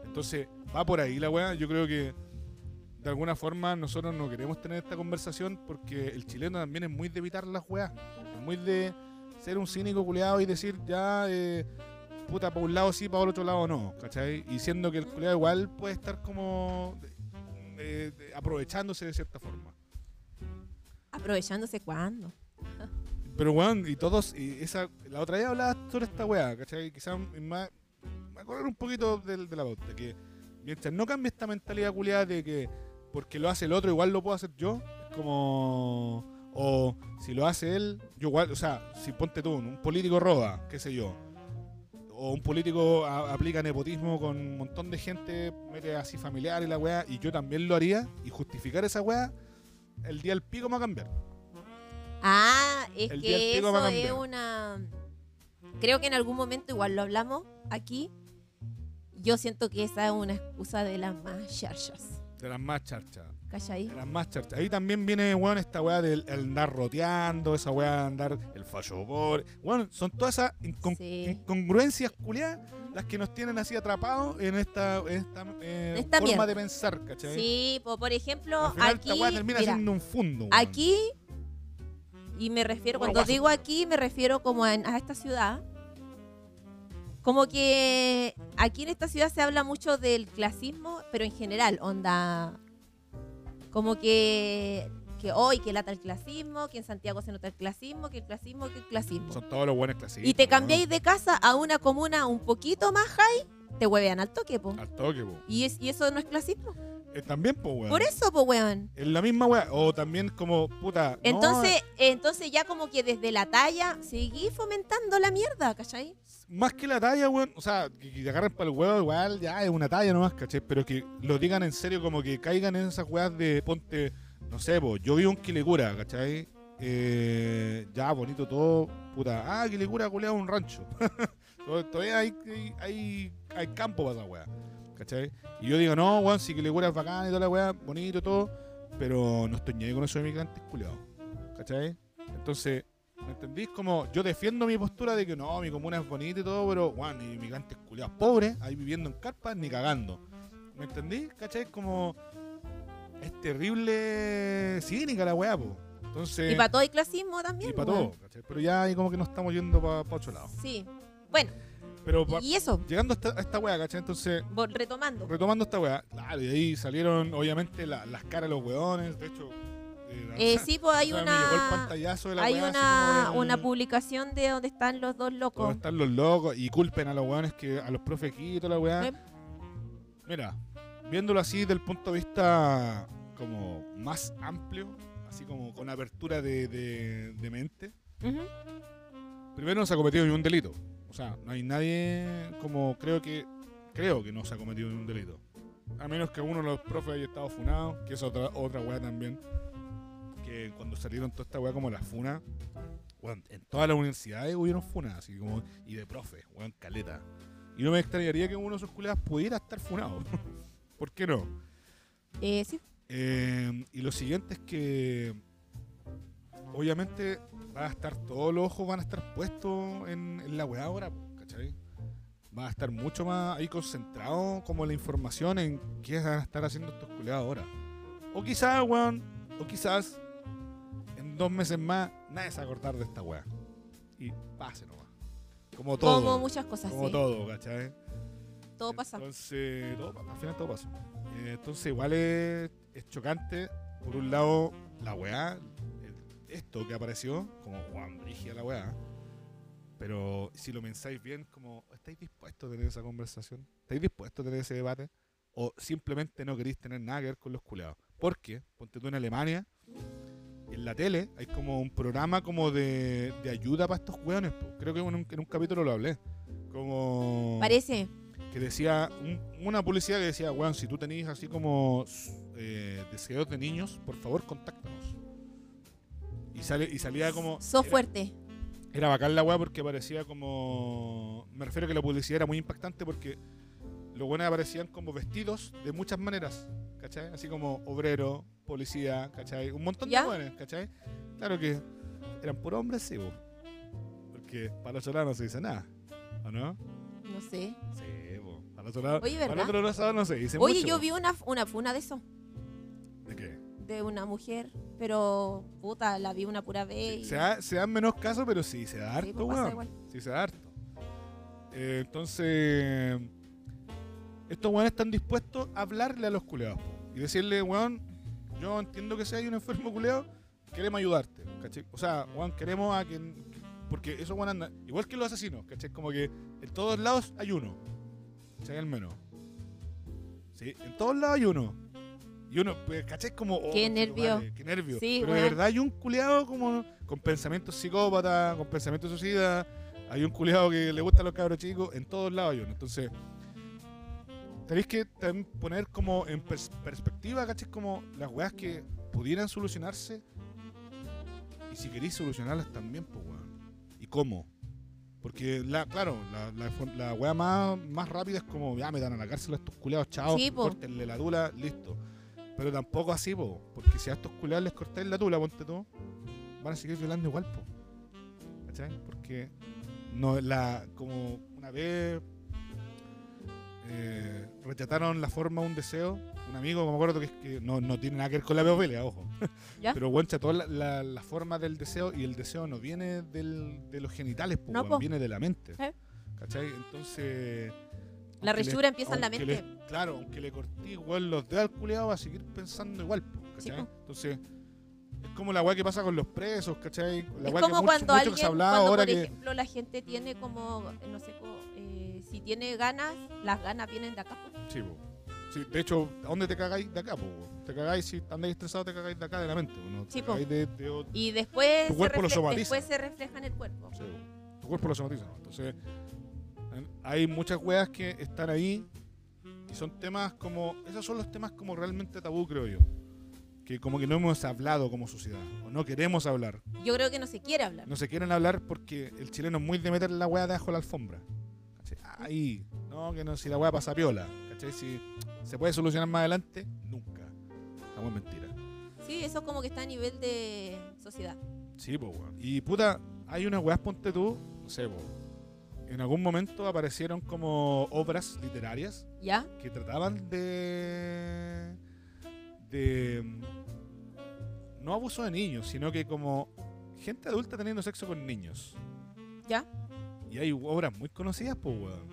S1: Entonces, va por ahí la weá. Yo creo que de alguna forma nosotros no queremos tener esta conversación porque el chileno también es muy de evitar las weas. Es muy de ser un cínico culeado y decir, ya, eh, puta, para un lado sí, para el otro lado no, ¿cachai? Y siendo que el culeado igual puede estar como eh, de- aprovechándose de cierta forma.
S2: Aprovechándose cuándo.
S1: Pero weón, y todos, y esa, la otra vez hablabas sobre esta weá, ¿cachai? Quizás más, me acordar un poquito del- de, la pauta, que mientras no cambie esta mentalidad culiada de que porque lo hace el otro, igual lo puedo hacer yo, es como, o si lo hace él, yo igual, o sea, si ponte tú, un político roba, qué sé yo, o un político a- aplica nepotismo con un montón de gente, mete así familiar y la weá, y yo también lo haría, y justificar esa weá, el día del pico me va a cambiar.
S2: Ah, es
S1: El día del
S2: que
S1: pico va
S2: eso
S1: a
S2: es
S1: cambiar.
S2: una. Creo que en algún momento igual lo hablamos aquí. Yo siento que esa es una excusa de las más charchas.
S1: De las más charchas.
S2: ¿Cachai?
S1: Las más charchas. Ahí también viene, weón, esta weá del el andar roteando, esa weá de andar el fallo pobre. Bueno, son todas esas incon-
S2: Sí.
S1: incongruencias culiadas las que nos tienen así atrapados en esta, en esta, eh,
S2: En esta
S1: forma
S2: mierda.
S1: de pensar, ¿cachai?
S2: Sí, po, por ejemplo,
S1: Al final
S2: aquí.
S1: esta weá termina
S2: mira,
S1: siendo un fondo. weón.
S2: aquí, y me refiero,
S1: Puro
S2: cuando
S1: guaso.
S2: digo aquí, me refiero como en- a esta ciudad. Como que aquí en esta ciudad se habla mucho del clasismo, pero en general, onda. Como que. Que hoy que lata el clasismo, que en Santiago se nota el clasismo, que el clasismo, que el clasismo.
S1: Son todos los buenos clásicos.
S2: y te cambiáis de casa a una comuna un poquito más high, te huevean al toque, po.
S1: Al toque, po.
S2: Y, es- y eso no es clasismo.
S1: Eh, también, po, weón.
S2: Por eso, po, weón.
S1: Es la misma weá. O también como, puta. no,
S2: Entonces, entonces ya como que desde la talla seguí fomentando la mierda, ¿cachai?
S1: más que la talla, weón. O sea, que, que te agarren para el huevo, igual, ya es una talla nomás, ¿cachai? Pero que lo digan en serio, como que caigan en esas weas de ponte, no sé, po, yo vivo en Quilicura, ¿cachai? Eh, ya, bonito todo, puta. Ah, Quilicura, culeado, un rancho. Tod- Todavía hay, hay, hay, hay campo para esa wea, ¿cachai? Y yo digo, no, weón, sí, Quilicura es bacán y toda la wea, bonito todo, pero no estoy ni ahí con esos inmigrantes, culeados, ¿cachai? Entonces. ¿Me entendís? Como yo defiendo mi postura de que no, mi comuna es bonita y todo, pero, weón, hay inmigrantes culiados pobres ahí viviendo en carpas ni cagando. ¿Me entendís? ¿Cachai? Como. Es terrible cínica la weá, po. Entonces.
S2: Y para todo hay clasismo también.
S1: y pa'
S2: weón.
S1: todo, ¿cachai? Pero ya ahí como que nos estamos yendo para otro lado.
S2: Sí. Bueno,
S1: Pero pa-
S2: y eso,
S1: llegando a esta, a esta weá, ¿cachai? Entonces,
S2: vol- retomando.
S1: retomando esta weá, claro, y ahí salieron, obviamente, la- las caras de los weones. De hecho, eh, la-
S2: Eh, sí, pues
S1: o
S2: hay
S1: sea, me llegó el
S2: una
S1: pantallazo de la
S2: hay
S1: weá, así
S2: una,
S1: como de-
S2: una publicación de donde están los dos
S1: ¿Cómo
S2: locos.
S1: están los locos? Y culpen a los weones que a los profes aquí y toda la weá.
S2: Eh.
S1: Mira, viéndolo así del punto de vista como más amplio, así como con apertura de, de- de mente,
S2: Ujú.
S1: primero no se ha cometido ningún delito. O sea, no hay nadie como creo que creo que no se ha cometido ningún delito. A menos que uno de los profes haya estado funado, que es otra, otra weá también. Que cuando salieron toda esta weá como las funas, weón, en todas las universidades hubieron funas, así como, y de profes, weón, caleta. Y no me extrañaría que uno de esos culeados pudiera estar funado. ¿Por qué no?
S2: Eh, sí.
S1: Eh, y lo siguiente es que obviamente va a estar todos los ojos van a estar puestos en, en la weá ahora, po, ¿cachai? Va a estar mucho más ahí concentrado como la información en qué van a estar haciendo estos culiados ahora. O quizás, weón, o quizás en dos meses más nadie se va a acordar de esta weá. Y pase nomás. Como todo.
S2: Como muchas cosas,
S1: como
S2: sí. Todo,
S1: todo, ¿cachai?
S2: pasa.
S1: Entonces, todo pasa, al final todo pasa. Eh, entonces, igual es, es chocante, por un lado, la weá, esto que apareció, como Juan Brigia la weá. Pero si lo pensáis bien, como, ¿estáis dispuestos a tener esa conversación? ¿Estáis dispuestos a tener ese debate? ¿O simplemente no queréis tener nada que ver con los culeados? Porque, ponte tú en Alemania, en la tele hay como un programa como de, de ayuda para estos weones. po. Creo que en un, en un capítulo lo hablé. Como
S2: Parece.
S1: que decía un- una publicidad que decía, weón, si tú tenés así como eh, deseos de niños, por favor, contáctanos. Y, sale, y salía como...
S2: Sos
S1: era-
S2: fuerte.
S1: Era, bacán la weá porque parecía como... Me refiero a que la publicidad era muy impactante porque los buenos aparecían como vestidos de muchas maneras, ¿cachai? Así como obrero, policía, ¿cachai? Un montón
S2: ¿Ya?
S1: de buenos, ¿cachai? Claro que eran por hombres, sí, po. Porque para los solanos no se dice nada, ¿o no?
S2: No sé.
S1: Sí, po. Para otro lado,
S2: Oye,
S1: para
S2: ¿verdad?
S1: otro lado no se dice
S2: Oye,
S1: mucho,
S2: yo
S1: po.
S2: vi una, una funa de eso.
S1: ¿De qué?
S2: De una mujer. Pero, puta, la vi una pura vez. y-
S1: Se, da- se dan menos casos, pero sí, se da
S2: Eh, Sí,
S1: harto,
S2: pues, pasa
S1: weón.
S2: igual.
S1: Sí, se da harto. Eh, entonces, estos weones están dispuestos a hablarle a los culeados po, y decirle, weón, yo entiendo que si hay un enfermo culeado, queremos ayudarte, ¿cachai? O sea, weón, queremos a quien. Porque esos weón andan. Igual que los asesinos, ¿cachai? Como que en todos lados hay uno. ¿cachai? Al menos. Sí, en todos lados hay uno. Y uno, pues, ¿cachai? Como. oh,
S2: Qué
S1: conchetumare,
S2: nervio.
S1: Qué nervio.
S2: Sí,
S1: Pero de
S2: weón.
S1: verdad hay un culeado como. Con pensamientos psicópatas, con pensamientos suicidas. Hay un culeado que le gustan los cabros chicos. En todos lados hay uno. Entonces. Tenéis que también poner como en pers- perspectiva, ¿cachai? Como las weas que pudieran solucionarse. Y si queréis solucionarlas también, pues weón. ¿Y cómo? Porque, la, claro, la, la, for- la weá más, más rápida es como, ya me dan a la cárcel a estos culeados, chao,
S2: Sí, po.
S1: córtenle la tula, listo. Pero tampoco así, po, porque si a estos culeados les cortáis la tula, ponte tú, van a seguir violando igual, po. ¿Cachai? Porque no, la, como una vez eh, rechazaron la forma de un deseo, un amigo, me acuerdo que, es que no, no tiene nada que ver con la pedofilia, ojo.
S2: ¿Ya?
S1: Pero bueno, toda la, la, la forma del deseo y el deseo no viene del- de los genitales, po,
S2: No,
S1: weón,
S2: po.
S1: viene de la mente.
S2: Eh.
S1: ¿Cachai? Entonces.
S2: La
S1: aunque le-
S2: rechura empieza en la
S1: aunque
S2: mente.
S1: le- claro, aunque le cortí igual los dedos al culiado, va a seguir pensando igual, po, ¿cachai?
S2: po.
S1: Entonces. Es como la weá que pasa con los presos, ¿cachai? La
S2: es
S1: weá
S2: como
S1: que mucho-
S2: cuando
S1: mucho
S2: alguien,
S1: que se hablaba
S2: cuando,
S1: ahora
S2: por
S1: que.
S2: ejemplo, la gente tiene como, no sé, como, eh, si tiene ganas, las ganas vienen de acá. po.
S1: Sí, po. Sí, de hecho, ¿a dónde te cagáis de acá, po? Te cagáis si andáis estresados, te cagáis de acá de la mente, po, ¿no?
S2: Sí,
S1: te
S2: po.
S1: cagáis de, de ot-
S2: Y después,
S1: Tu cuerpo lo
S2: refle-
S1: somatiza.
S2: después se refleja en el cuerpo.
S1: Sí, bo. tu cuerpo lo somatiza. ¿no? Entonces, an- hay muchas weas que están ahí y son temas como. Esos son los temas como realmente tabú, creo yo. Que como que no hemos hablado como sociedad, o no queremos hablar.
S2: Yo creo que no se quiere hablar.
S1: No se quieren hablar porque el chileno es muy de meter la weá debajo de la alfombra. ¿Cachai? Ahí, no, que no, si la weá pasa piola. ¿Cachai? Si se puede solucionar más adelante, nunca. Estamos en mentira.
S2: Sí, eso como que está a nivel de sociedad.
S1: Sí, po, weón. Y puta, hay unas weas, ponte tú, no sé, po. En algún momento aparecieron como obras literarias
S2: ¿Ya?
S1: que trataban de. de. mm, no abuso de niños, sino que como gente adulta teniendo sexo con niños.
S2: ¿Ya?
S1: Y hay obras muy conocidas, pues, weón.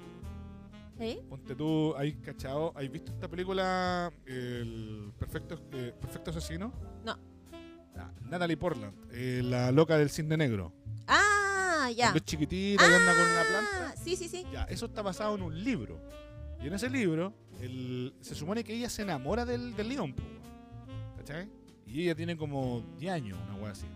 S2: ¿Sí?
S1: Ponte tú, ¿hay cachado? ¿Hay visto esta película El Perfecto, eh, Perfecto Asesino?
S2: No.
S1: Na- Natalie Portland, eh, la loca del cisne negro.
S2: Ah, ya.
S1: Cuando es chiquitita y anda con una planta.
S2: Ah, sí, sí, sí.
S1: Ya, eso está basado en un libro. Y en ese libro, el- se supone que ella se enamora del, del león, po, weón. ¿cachai? Y ella tiene como 10 años, una weá así.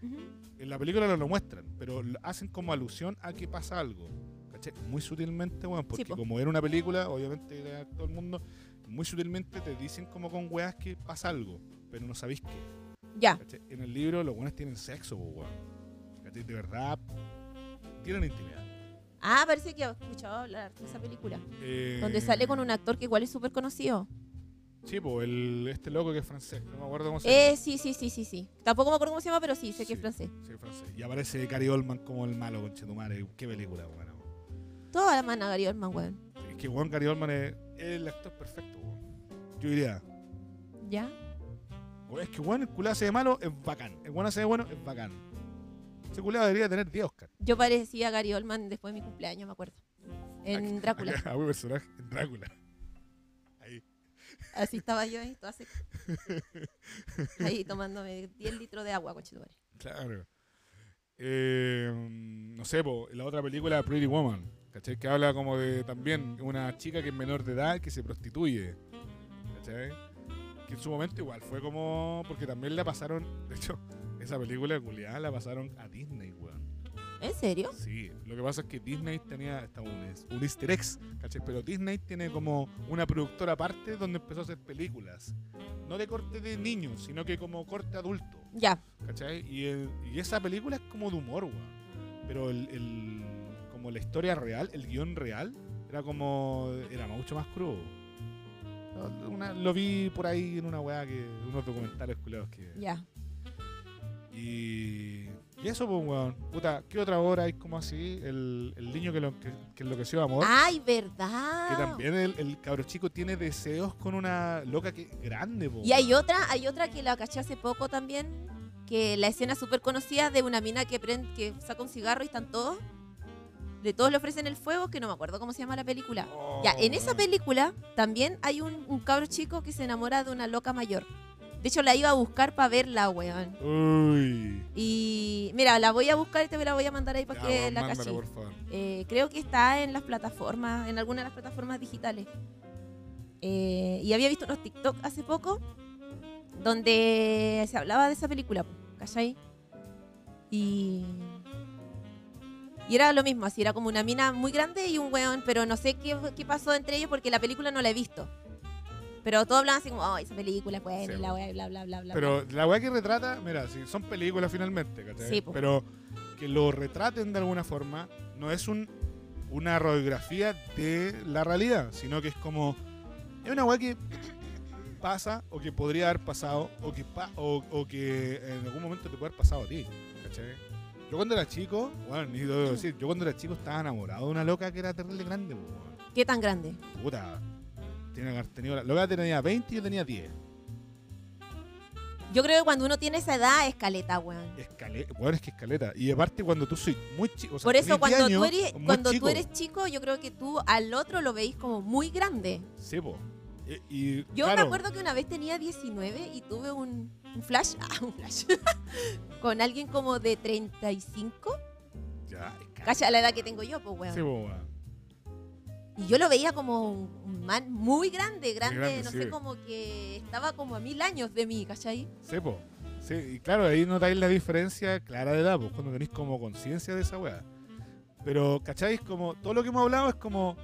S2: Ujú.
S1: En la película no lo muestran, pero lo- hacen como alusión a que pasa algo. ¿Cachai? Muy sutilmente, weón, porque
S2: po.
S1: como era una película, obviamente era todo el mundo, muy sutilmente te dicen como con weas que pasa algo, pero no sabéis qué.
S2: Ya.
S1: ¿cachai? En el libro los weones tienen sexo, po, weón. ¿Cachai? De verdad, tienen intimidad.
S2: Ah, parece que he escuchado hablar de esa película.
S1: Eh,
S2: Donde sale con un actor que igual es súper conocido.
S1: Sí, po, el, este loco que es francés, no me acuerdo cómo se llama.
S2: Eh, sí, sí, sí, sí, sí. Tampoco me acuerdo cómo se llama, pero sí, sé que es
S1: Sí.
S2: francés.
S1: Sí, francés. Y aparece Gary Oldman como el malo, conchetumare. Qué película, weón.
S2: Toda la mano Gary Oldman, weón.
S1: Es que Juan Gary Oldman es el actor perfecto, weón. Yo diría,
S2: ¿Ya?
S1: O Es que bueno, el culiao hace de malo es bacán. El bueno hace de bueno es bacán. Ese culiao debería tener 10 Oscar.
S2: Yo parecía a Gary Oldman después de mi cumpleaños, me acuerdo. En Drácula.
S1: A buen personaje en Drácula. Ahí.
S2: Así estaba yo ahí, toda seca. Ahí tomándome 10 litros de agua, conchetumare.
S1: Claro. Eh, no sé, po, la otra película, Pretty Woman, ¿cachai? Que habla como de también una chica que es menor de edad que se prostituye, ¿cachai? Que en su momento igual fue como. Porque también la pasaron. De hecho, esa película culiada la pasaron a Disney, weón.
S2: ¿En serio?
S1: Sí, lo que pasa es que Disney tenía hasta un, es- un easter egg, ¿cachai? Pero Disney tiene como una productora aparte donde empezó a hacer películas. No de corte de niños, sino que como corte adulto.
S2: Ya.
S1: ¿Cachai? Y, el- y esa película es como de humor, weón. Pero el, el- como la historia real, el guión real, era como. era mucho más crudo. Una- lo vi por ahí en una weá que. unos documentales culeados que.
S2: Ya.
S1: Y. Y eso, pues, weón. Puta, ¿qué otra obra hay como así? El, el niño que, lo, que, que enloqueció de amor.
S2: Ay, verdad.
S1: Que también el, el cabro chico tiene deseos con una loca que grande, po.
S2: Y hay otra, hay otra que la caché hace poco también, que la escena súper conocida de una mina que, prend- que saca un cigarro y están todos, de todos le ofrecen el fuego, que no me acuerdo cómo se llama la película.
S1: Oh,
S2: Ya, en esa
S1: weón.
S2: película también hay un, un cabro chico que se enamora de una loca mayor. De hecho, la iba a buscar para verla, weón.
S1: Uy.
S2: Y mira, la voy a buscar y te la voy a mandar ahí para
S1: Ya,
S2: que
S1: weón,
S2: la
S1: mándala,
S2: caché.
S1: por favor.
S2: Eh, creo que está en las plataformas, en alguna de las plataformas digitales. Eh, y había visto unos TikTok hace poco donde se hablaba de esa película, po, ¿cachai? Y. Y era lo mismo, así era como una mina muy grande y un weón, pero no sé qué, qué pasó entre ellos porque la película no la he visto. Pero todos hablaban así como, oh, esa película es buena,
S1: Sí,
S2: y la wea, y bla, bla, bla, bla. bla".
S1: Pero la weá que retrata, mira, si son películas finalmente, ¿cachai?
S2: Sí, po.
S1: Pero que lo retraten de alguna forma no es un, una radiografía de la realidad, sino que es como. Es una weá que pasa o que podría haber pasado o que, pa- o, o que en algún momento te puede haber pasado a ti, ¿cachai? Yo cuando era chico, bueno, ni lo debo
S2: Mm.
S1: decir, yo cuando era chico estaba enamorado de una loca que era terrible grande, po, weón.
S2: ¿Qué tan grande?
S1: Puta. Tiene que haber tenido. La loca tenía 20 y yo tenía 10.
S2: Yo creo que cuando uno tiene esa edad, escaleta, weón.
S1: Escaleta, weón, es que escaleta. Y aparte cuando tú soy muy chico. o sea,
S2: Por
S1: 20
S2: eso cuando, tú
S1: años,
S2: eres,
S1: muy
S2: cuando
S1: chico.
S2: tú eres chico, yo creo que tú al otro lo veis como muy grande.
S1: Sí, po. E- Y,
S2: Yo
S1: claro,
S2: me acuerdo que una vez tenía 19 y tuve un, un flash, ah, un flash, con alguien como de 35,
S1: Ya, es ca-
S2: calla la edad que tengo yo, pues weón.
S1: Sí, po, weón.
S2: Y yo lo veía como un, un man muy grande, grande,
S1: grande,
S2: no
S1: sí.
S2: sé, como que estaba como a mil años de mí, ¿cachai?
S1: Sí, po. Sí, y claro, ahí notáis la diferencia clara de edad, pues, cuando tenéis como conciencia de esa weá. Pero, ¿cacháis? Como todo lo que hemos hablado es como.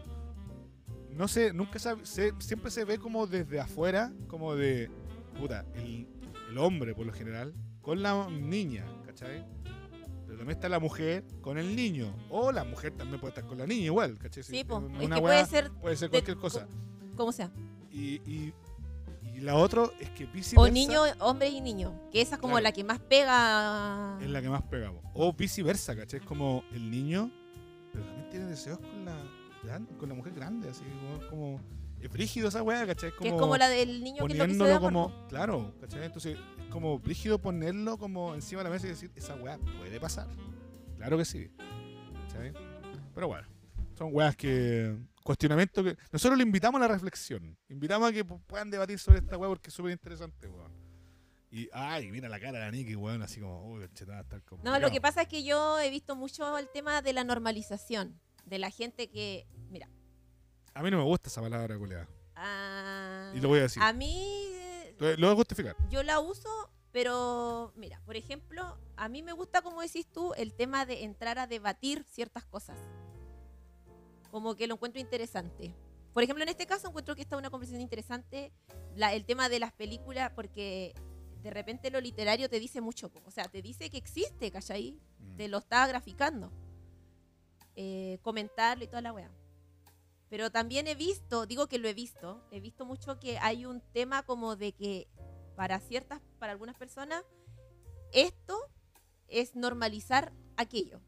S1: No sé, nunca sab- se, siempre se ve como desde afuera, como de. Puta, el, el hombre por lo general, con la niña, ¿cachai? Pero también está la mujer con el niño. O la mujer también puede estar con la niña igual, ¿cachai? Si
S2: Sí, pues.
S1: una
S2: Es que
S1: weá
S2: puede ser
S1: puede ser
S2: de-
S1: cualquier cosa.
S2: como sea.
S1: Y, y, y la otra es que
S2: O
S1: viceversa-
S2: niño, hombre y niño, que esa es como
S1: Claro.
S2: la que más pega.
S1: es la que más pegamos. O viceversa, ¿cachai? Es como el niño, pero también tiene deseos con la, gran- con la mujer grande, así como, como es brígido esa weá, ¿cachai?
S2: que es como la del niño que es lo que se
S1: poniéndolo
S2: da
S1: como, claro, ¿cachai? Entonces es como brígido ponerlo como encima de la mesa y decir, esa weá puede pasar. Claro que sí, ¿cachai? Pero bueno, son weas que, cuestionamiento que, nosotros le invitamos a la reflexión, invitamos a que pu- puedan debatir sobre esta weá porque es súper interesante, weón. Y, ay, mira la cara de la Niki, weón, así como, uy, chetada, está
S2: No, lo que pasa es que yo he visto mucho el tema de la normalización, de la gente que, mira,
S1: A mí no me gusta esa palabra, colega.
S2: a,
S1: Y lo voy a decir.
S2: ah, a mí eh,
S1: Lo lo voy a justificar.
S2: yo la uso, pero mira, por ejemplo, a mí me gusta, como decís tú, el tema de entrar a debatir ciertas cosas. Como que lo encuentro interesante. Por ejemplo, en este caso encuentro que esta es una conversación interesante, la- el tema de las películas, porque de repente lo literario te dice mucho, po. o sea, te dice que existe, ¿cachai? te lo estaba graficando. Eh, comentarlo y toda la weá. Pero también he visto, digo que lo he visto, he visto mucho que hay un tema como de que para ciertas, para algunas personas, esto es normalizar aquello.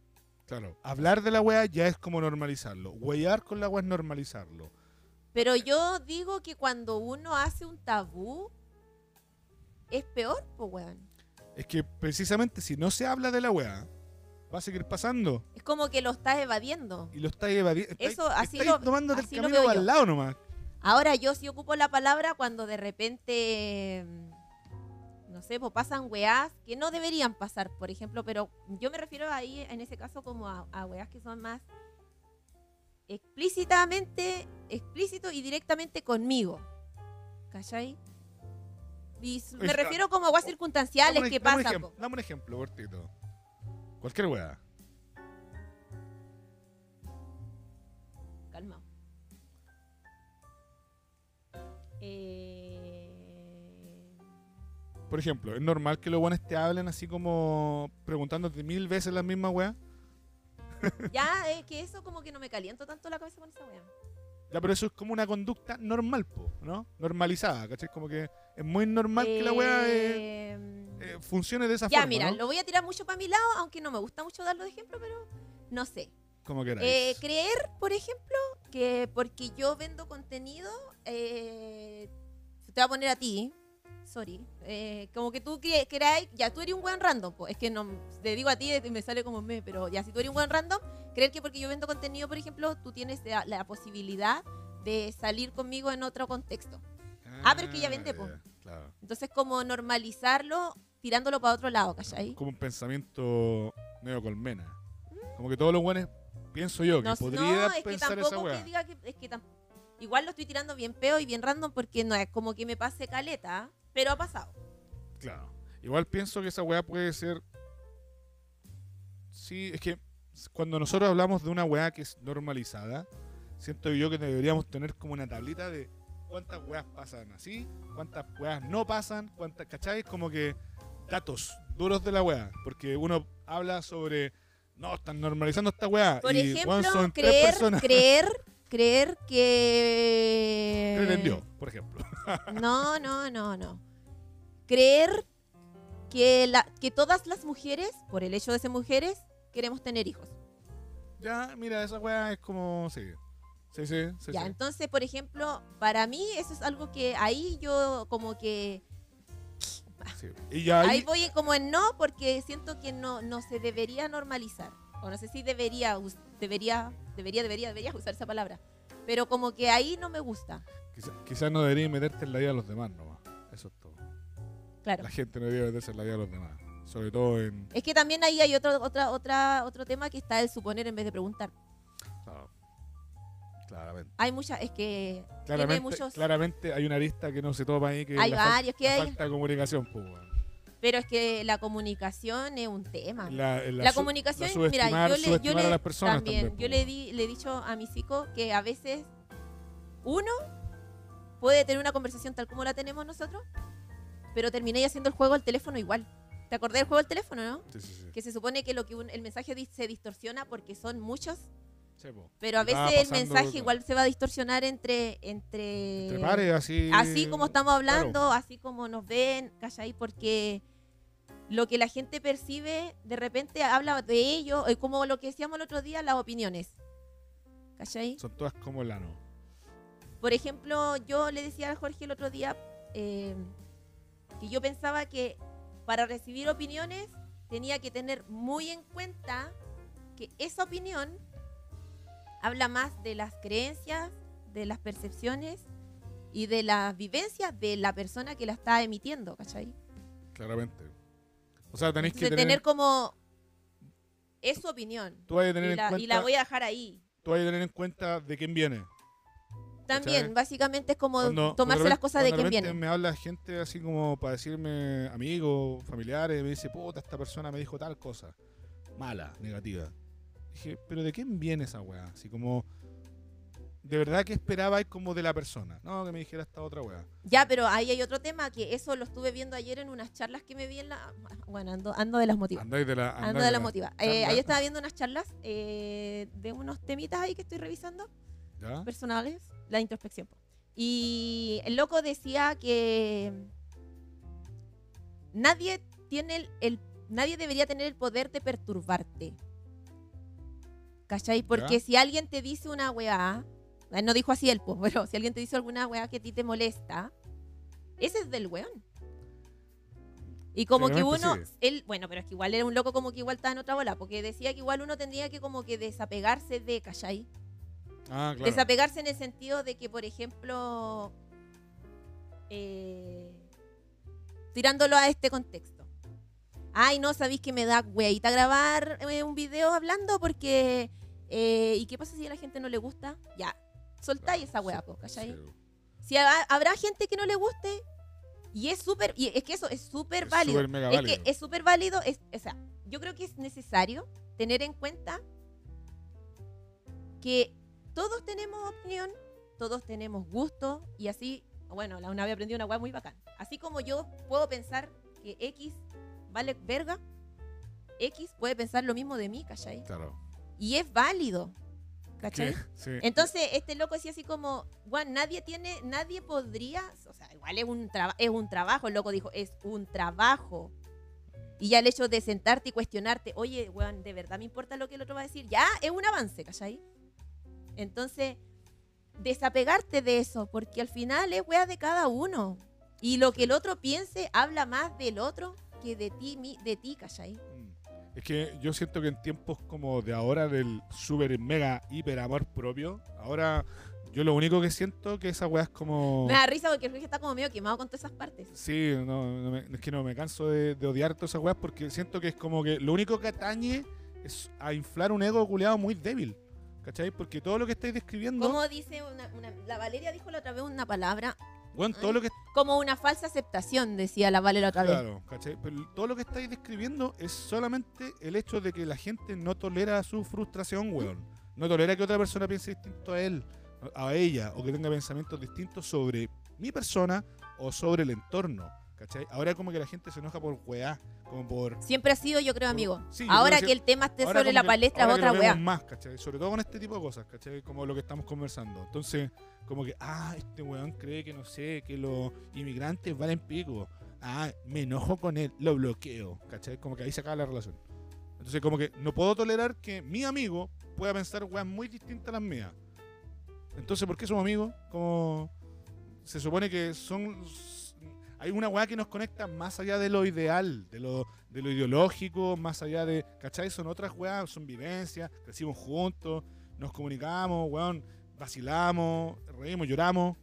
S1: Claro. Hablar de la wea ya es como normalizarlo. Huellar con la wea es normalizarlo.
S2: Pero yo digo que cuando uno hace un tabú, es peor, pues weón.
S1: Es que precisamente si no se habla de la wea, va a seguir pasando.
S2: Es como que lo estás evadiendo.
S1: Y lo estáis evadiendo.
S2: Eso, así
S1: estáis
S2: lo-
S1: tomándote
S2: así
S1: el
S2: lo
S1: camino
S2: veo
S1: para
S2: yo.
S1: el lado nomás.
S2: Ahora yo sí ocupo la palabra cuando de repente, mm, no sé, pues pasan weás que no deberían pasar, por ejemplo, pero yo me refiero ahí, en ese caso, como a, a weás que son más explícitamente, explícito y directamente conmigo. ¿Cachai? Y s- me
S1: Está-
S2: refiero como a weas circunstanciales
S1: Dame un ej-
S2: que
S1: dame un
S2: pasan.
S1: ejem-
S2: po.
S1: Dame un ejemplo, cortito. Cualquier weá.
S2: Calmao. Eh,
S1: Por ejemplo, ¿es normal que los guanes te hablen así como preguntándote mil veces la misma weá?
S2: ya, es que eso como que no me caliento tanto la cabeza con esa wea.
S1: Ya, pero eso es como una conducta normal, po, ¿no? Normalizada, ¿cachai? Como que es muy normal que la weá eh,
S2: Em,
S1: eh, funcione de esa
S2: Ya,
S1: forma.
S2: mira,
S1: ¿no?
S2: lo voy a tirar mucho para mi lado, aunque no me gusta mucho darlo de ejemplo, pero no sé.
S1: Como queráis.
S2: Eh, creer, por ejemplo, que porque yo vendo contenido, eh, te voy a poner a ti, sorry, eh, como que tú cre- creáis, ya tú eres un buen random, po. es que no te digo a ti y me sale como me, pero ya si tú eres un buen random, creer que porque yo vendo contenido, por ejemplo, tú tienes la, la posibilidad de salir conmigo en otro contexto. ah, pero es que ella vende, po.
S1: ya, Claro.
S2: Entonces, como normalizarlo tirándolo para otro lado, ¿cachai?
S1: Como un pensamiento medio colmena. Como que todos los guanes, pienso yo, que
S2: No,
S1: podría
S2: no, es que
S1: pensar esa
S2: tampoco
S1: weá.
S2: que diga que, es que tam- igual lo estoy tirando bien peo y bien random porque no es como que me pase caleta, ¿ah? pero ha pasado.
S1: Claro. Igual pienso que esa weá puede ser. Sí, es que s- cuando nosotros hablamos de una weá que es normalizada, siento yo que deberíamos tener como una tablita de cuántas weas pasan así, cuántas weas no pasan, cuántas, ¿cachai? Como que datos duros de la weá, porque uno habla sobre. No, están normalizando esta weá.
S2: Por
S1: Ah, y weón,
S2: ejemplo,
S1: son tres
S2: creer,
S1: personas.
S2: creer, creer que
S1: Creen en Dios, por ejemplo.
S2: No, no, no, no. Creer que la que todas las mujeres, por el hecho de ser mujeres, queremos tener hijos.
S1: Ya, mira, esa weá es como. Sí. Sí, sí, sí.
S2: ya,
S1: sí.
S2: entonces, por ejemplo, para mí eso es algo que ahí yo como que
S1: sí. Y ya
S2: Ahí voy como en no, porque siento que no, no se debería normalizar. O no sé si debería, us- debería, debería, debería, debería usar esa palabra. Pero como que ahí no me gusta.
S1: Quizás no deberías meterte en la vida de los demás nomás. Eso es todo.
S2: Claro.
S1: La gente no debería meterse en la vida de los demás. Sobre todo en.
S2: Es que también ahí hay otro, otra, otra, otro tema que está el suponer en vez de preguntar.
S1: Claro. Claramente.
S2: Hay muchas, es que tiene
S1: Claramente,
S2: pues, muchos,
S1: claramente hay una arista que no se topa ahí. Que
S2: hay
S1: la fal-
S2: varios que
S1: la
S2: hay,
S1: Falta de comunicación, pues, weón.
S2: pero es que la comunicación es un tema.
S1: La, en
S2: Ah. La,
S1: su-
S2: comunicación,
S1: la
S2: mira,
S1: subestimar-
S2: yo le, yo
S1: subestimar
S2: le-
S1: a las personas
S2: también,
S1: también,
S2: yo
S1: pues,
S2: le, di, le he dicho a mi psico que a veces uno puede tener una conversación tal como la tenemos nosotros, pero terminé haciendo el juego al teléfono igual. ¿Te acordás del juego al teléfono, no?
S1: Sí, sí, sí.
S2: Que se supone que, lo que un- el mensaje di- se distorsiona porque son muchos,
S1: Sí, pues. po.
S2: pero a
S1: Y va
S2: veces el
S1: pasando,
S2: mensaje
S1: claro.
S2: igual se va a distorsionar entre... entre
S1: Entre pares, así.
S2: Eh, así como estamos hablando, así como nos ven, ahí porque lo que la gente percibe de repente habla de ello, eh, como lo que decíamos el otro día, las opiniones. ahí
S1: Son todas como el ano.
S2: Por ejemplo, yo le decía a Jorge el otro día eh, que yo pensaba que para recibir opiniones tenía que tener muy en cuenta que esa opinión habla más de las creencias, de las percepciones y de las vivencias de la persona que la está emitiendo, ¿cachai?
S1: Claramente. O sea, tenés que
S2: Entonces,
S1: tener.
S2: tener como... Es su opinión.
S1: Tú vas a
S2: Y
S1: tener en
S2: la,
S1: cuenta.
S2: y la voy a dejar ahí.
S1: Tú vas a tener en cuenta de quién viene.
S2: También,
S1: ¿Cachai?
S2: básicamente es como
S1: Cuando-
S2: tomarse
S1: cuando
S2: las cosas de
S1: cuando
S2: quien
S1: repente
S2: viene.
S1: Me habla gente así como para decirme amigos, familiares, me dice, puta, esta persona me dijo tal cosa. Mala, negativa. Dije, pero ¿de quién viene esa weá? Así como, de verdad que esperaba como de la persona. No, que me dijera esta otra weá.
S2: Ya, pero ahí hay otro tema que eso lo estuve viendo ayer en unas charlas que me vi en la. Bueno, ando, ando de las motivas.
S1: Andáis de la...
S2: Ando
S1: andáis
S2: de las motivas. Eh,
S1: charla.
S2: ahí estaba viendo unas charlas eh, de unos temitas ahí que estoy revisando,
S1: ¿Ya?
S2: personales, la introspección. po. Y el loco decía que nadie tiene el, el- nadie debería tener el poder de perturbarte. ¿Cachai? Porque
S1: Ya.
S2: si alguien te dice una weá, eh, no dijo así el po, pero si alguien te dice alguna weá que a ti te molesta, ese es del weón. Y como que
S1: Claramente
S2: uno,
S1: sí.
S2: él, bueno, pero es que igual era un loco como que igual estaba en otra bola, porque decía que igual uno tendría que como que desapegarse de, ¿cachai?
S1: Ah, claro.
S2: Desapegarse en el sentido de que, por ejemplo, eh, tirándolo a este contexto. Ay, no, sabéis que me da hueita grabar eh, un video hablando porque. eh, ¿Y qué pasa si a la gente no le gusta? Ya, soltáis esa hueá, po, ¿cachai?
S1: Sí.
S2: Si ha- habrá gente que no le guste, y es súper. Y es que eso es súper
S1: Es
S2: válido.
S1: súper mega
S2: es
S1: válido.
S2: que es súper válido. Es, o sea, yo creo que es necesario tener en cuenta que todos tenemos opinión, todos tenemos gusto, y así. Bueno, la una vez aprendí una hueá muy bacán. Así como yo puedo pensar que X vale verga, X puede pensar lo mismo de mí, ¿cachai?
S1: Claro.
S2: Y es válido, ¿cachai?
S1: ¿Qué? Sí.
S2: Entonces, este loco decía así como, Juan, nadie tiene, nadie podría, o sea, igual es un, traba- es un trabajo, el loco dijo, es un trabajo. Y ya el hecho de sentarte y cuestionarte, oye, Juan, ¿de verdad me importa lo que el otro va a decir? Ya, es un avance, ¿cachai? Entonces, desapegarte de eso, porque al final es weá de cada uno. Y lo que el otro piense habla más del otro que de ti, mi- de ti, ¿cachai?
S1: Mm. Es que yo siento que en tiempos como de ahora del super mega hiper amor propio, ahora yo lo único que siento que esa weá es como.
S2: Me da risa porque el Luis está como medio quemado con todas esas partes.
S1: Sí, no, no me- es que no me canso de, de odiar todas esas weas porque siento que es como que lo único que atañe es a inflar un ego culeado muy débil. ¿Cachai? Porque todo lo que estáis describiendo,
S2: Como dice una, una- la Valeria dijo la otra vez una palabra,
S1: weón, todo lo que
S2: como una falsa aceptación, decía la Valeria la otra vez.
S1: Claro, ¿cachai? Pero todo lo que estáis describiendo es solamente el hecho de que la gente no tolera su frustración, weón. No tolera que otra persona piense distinto a él, a ella, o que tenga pensamientos distintos sobre mi persona o sobre el entorno, ¿cachai? Ahora como que la gente se enoja por weá, como por...
S2: Siempre ha sido, yo creo, amigo.
S1: Sí, yo
S2: ahora
S1: creo que-
S2: que el tema esté
S1: ahora
S2: sobre
S1: como
S2: la
S1: que-
S2: palestra es
S1: ahora que
S2: otra
S1: lo vemos
S2: weá.
S1: más, ¿cachai? Sobre todo con este tipo de cosas, ¿cachai? Como lo que estamos conversando. Entonces, como que, ah, este weón cree que, no sé, que los inmigrantes valen pico. Ah, me enojo con él, lo bloqueo, ¿cachai? Como que ahí se acaba la relación. Entonces, como que no puedo tolerar que mi amigo pueda pensar weas muy distintas a las mías. Entonces, ¿por qué somos amigos? Como se supone que son... Hay una weá que nos conecta más allá de lo ideal, de lo, de lo ideológico, más allá de, ¿cachai? Son otras weas, son vivencias, crecimos juntos, nos comunicamos, weón, vacilamos, reímos, lloramos,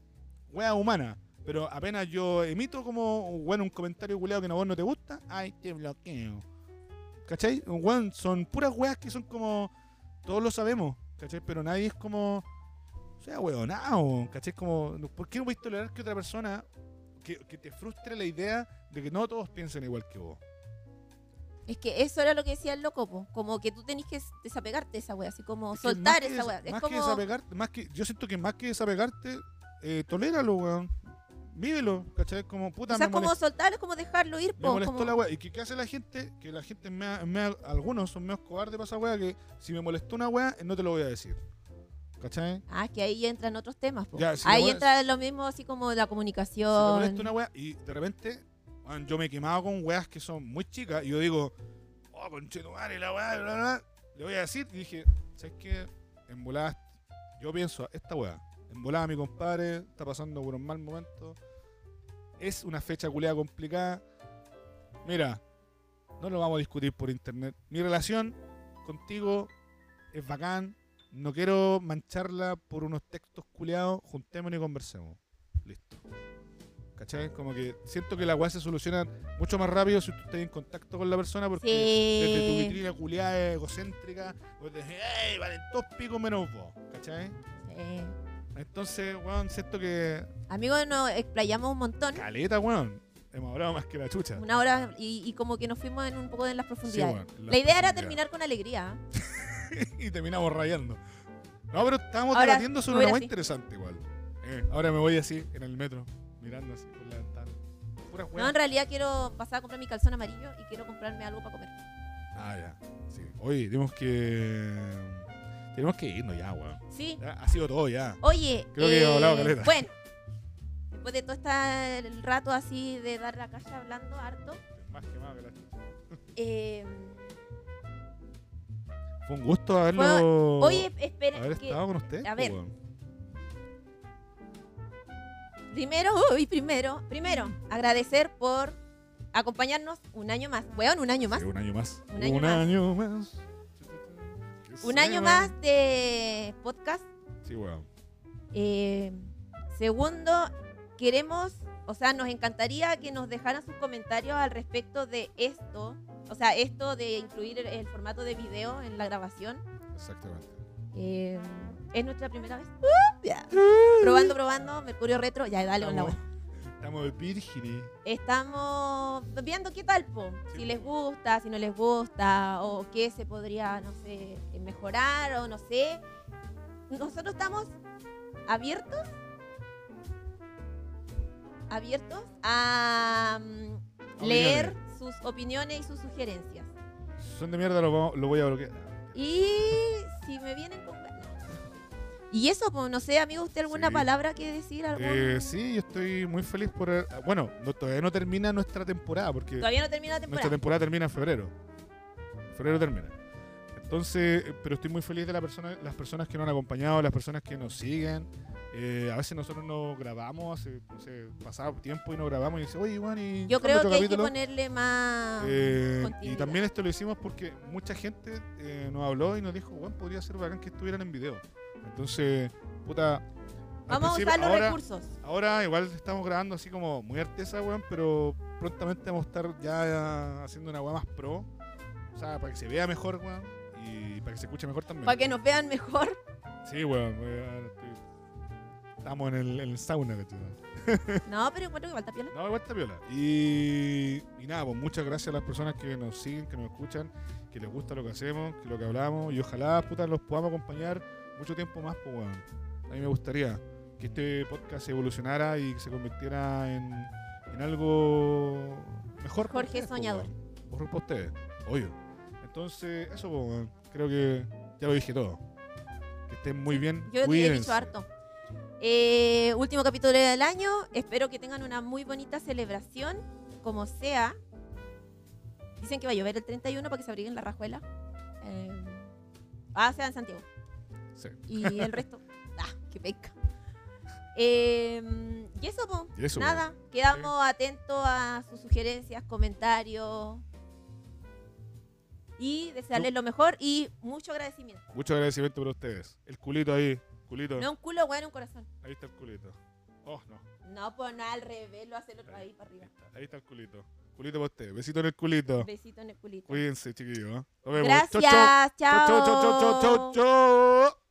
S1: wea humana. Pero apenas yo emito como, weón, un comentario culeado que a vos no te gusta, ay, te bloqueo. ¿Cachai? Weón, son puras weas que son como, todos lo sabemos, ¿cachai? Pero nadie es como, sea weonado, ¿cachai? Como, ¿por qué no podéis tolerar que otra persona, que, que te frustre la idea de que no todos piensen igual que vos?
S2: Es que eso era lo que decía el loco, po. como que tú tenés que desapegarte de esa weá, así como
S1: Es que más
S2: soltar
S1: que
S2: esa
S1: des-
S2: weá. Es
S1: más que
S2: como,
S1: desapegarte, más que, yo siento que más que desapegarte, eh, toléralo, weón. Vívelo, ¿cachai? Como puta,
S2: o sea,
S1: me,
S2: como
S1: molest-
S2: soltarlo, es como dejarlo ir,
S1: me
S2: po,
S1: molestó
S2: como-
S1: la weá. ¿Y que, qué hace la gente? Que la gente, es mea- mea- algunos son menos cobardes para esa weá, que si me molestó una weá, no te lo voy a decir. ¿Cachai?
S2: Ah, que ahí entran otros temas, po.
S1: Ya, si la
S2: ahí
S1: weá-
S2: entra lo mismo, así como la
S1: Si me
S2: comunicación.
S1: molesta una weá y de repente, weón, yo me he quemado con weas que son muy chicas y yo digo, oh, conchetumare, la weá, bla, bla, bla", le voy a decir y dije, ¿sabes qué? En volada, yo pienso, esta weá, en volada mi compadre está pasando por un mal momento, es una fecha culeada complicada, mira, no lo vamos a discutir por internet, mi relación contigo es bacán, no quiero mancharla por unos textos culeados, juntémonos y conversemos. Listo. ¿Cachai? Como que siento que la weá se soluciona mucho más rápido si tú estás en contacto con la persona porque desde tu
S2: Sí.
S1: vitrina culiada egocéntrica, vos decís, ¡ey! Valen dos picos menos vos, ¿cachai?
S2: sí.
S1: Entonces, weón, siento que.
S2: Amigos, nos explayamos un montón.
S1: Caleta, weón. Hemos hablado más que la chucha.
S2: Una hora y, y como que nos fuimos en un poco en las profundidades.
S1: weón, en las
S2: la idea era
S1: profundidades.
S2: terminar con alegría. ¿eh?
S1: y terminamos rayando. No, pero estábamos
S2: Ahora,
S1: debatiendo sobre
S2: me
S1: una
S2: voy
S1: weá
S2: así.
S1: interesante, igual. Eh, ahora me voy así, en el metro, mirando así por la ventana. Pura
S2: No, en realidad quiero pasar a comprar mi calzón amarillo y quiero comprarme algo para comer.
S1: Ah, ya. Sí. Oye, tenemos que. Tenemos que irnos ya, weón.
S2: Sí.
S1: Ya, ha sido todo ya.
S2: Oye, eh,
S1: Creo que he hablado caleta.
S2: bueno, después de todo este el rato así de dar la calle hablando harto,
S1: Más quemado que la chucha.
S2: eh,
S1: Fue un gusto haberlo.
S2: Bueno, oye, esperen
S1: Oh, haber
S2: que
S1: estado con usted. pues,
S2: a ver.
S1: weón.
S2: primero, uy, primero, primero, agradecer por acompañarnos un año más. Weón, un año más.
S1: Sí, un año más.
S2: Un año más.
S1: año más.
S2: Un año más de podcast.
S1: Sí, weón.
S2: Eh, segundo, queremos O sea, nos encantaría que nos dejaran sus comentarios al respecto de esto. O sea, esto de incluir el, el formato de video en la grabación.
S1: Exactamente.
S2: Eh, es nuestra primera vez. Ya. Probando, probando. Mercurio Retro. Ya, dale con la
S1: Estamos,
S2: web.
S1: estamos de vírgenes.
S2: Estamos viendo qué tal, po. Si les gusta, si no les gusta, o qué se podría, no sé, mejorar, o no sé. Nosotros estamos abiertos. Abiertos a mm, leer sus opiniones y sus sugerencias.
S1: Son de mierda, lo, vamos- lo voy a bloquear.
S2: Y si me vienen con. Y eso, po, no sé, amigo, ¿usted alguna
S1: Sí.
S2: palabra que decir? algún-
S1: Eh, sí, yo estoy muy feliz por... el- bueno, no- todavía no termina nuestra temporada porque
S2: Todavía no termina la
S1: nuestra temporada
S2: temporada.
S1: termina en febrero. En febrero termina. Entonces, eh, pero estoy muy feliz de la persona, las personas que nos han acompañado, las personas que nos siguen. Eh, a veces nosotros no grabamos, hace, no sé, pasaba tiempo y no grabamos y dice, oye, Iván, y ¿cuándo
S2: Yo creo que
S1: otro
S2: hay que
S1: capítulo?"
S2: ponerle más.
S1: Eh, y
S2: continuidad.
S1: también esto lo hicimos porque mucha gente eh, nos habló y nos dijo, bueno, podría ser bacán que estuvieran en video. Entonces, puta. al
S2: Vamos a
S1: principio-
S2: usar los
S1: ahora,
S2: recursos.
S1: Ahora igual estamos grabando así como muy artesa, weón, pero prontamente vamos a estar ya haciendo una weá más pro. O sea, para que se vea mejor, weón, y para que se escuche mejor también.
S2: Para que nos vean mejor.
S1: Sí, weón, weón, estoy- Estamos en el, en el sauna, cachai.
S2: No, pero encuentro que falta piola.
S1: No, igual está piola. Y, y nada, pues muchas gracias a las personas que nos siguen, que nos escuchan, que les gusta lo que hacemos, que lo que hablamos. Y ojalá, puta, los podamos acompañar mucho tiempo más, pues, weón. A mí me gustaría que este podcast evolucionara y que se convirtiera en, en algo mejor. para
S2: Jorge
S1: ustedes, pues,
S2: Soñador.
S1: weón. Mejor para ustedes, obvio. Entonces, eso, pues, weón. Creo que ya lo dije todo. Que estén muy bien.
S2: Yo he
S1: cuídense.
S2: dicho harto. Eh, último capítulo del año. Espero que tengan una muy bonita celebración, como sea. Dicen que va a llover el 31 para que se abriguen la rajuela. Eh, ah, sea en Santiago.
S1: Sí.
S2: Y el resto. Ah, qué peca. Eh, y eso, po.
S1: Y eso, pues.
S2: Nada, quedamos atentos a sus sugerencias, comentarios. Y desearles lo mejor y mucho agradecimiento.
S1: weón. Mucho agradecimiento por ustedes. El culito ahí, culito.
S2: No un culo, weón, un corazón.
S1: Ahí está el culito. Oh, no.
S2: No, pues nada, al revés, lo hace el otro ahí para
S1: Ahí
S2: arriba.
S1: está, ahí está el culito. Culito para usted. Besito en el culito.
S2: Besito en el culito.
S1: Cuídense, chiquillos. ¿eh? Nos vemos. Chau,
S2: Gracias, chao.
S1: chau. Chau, chau, chau, chau, chau, chau.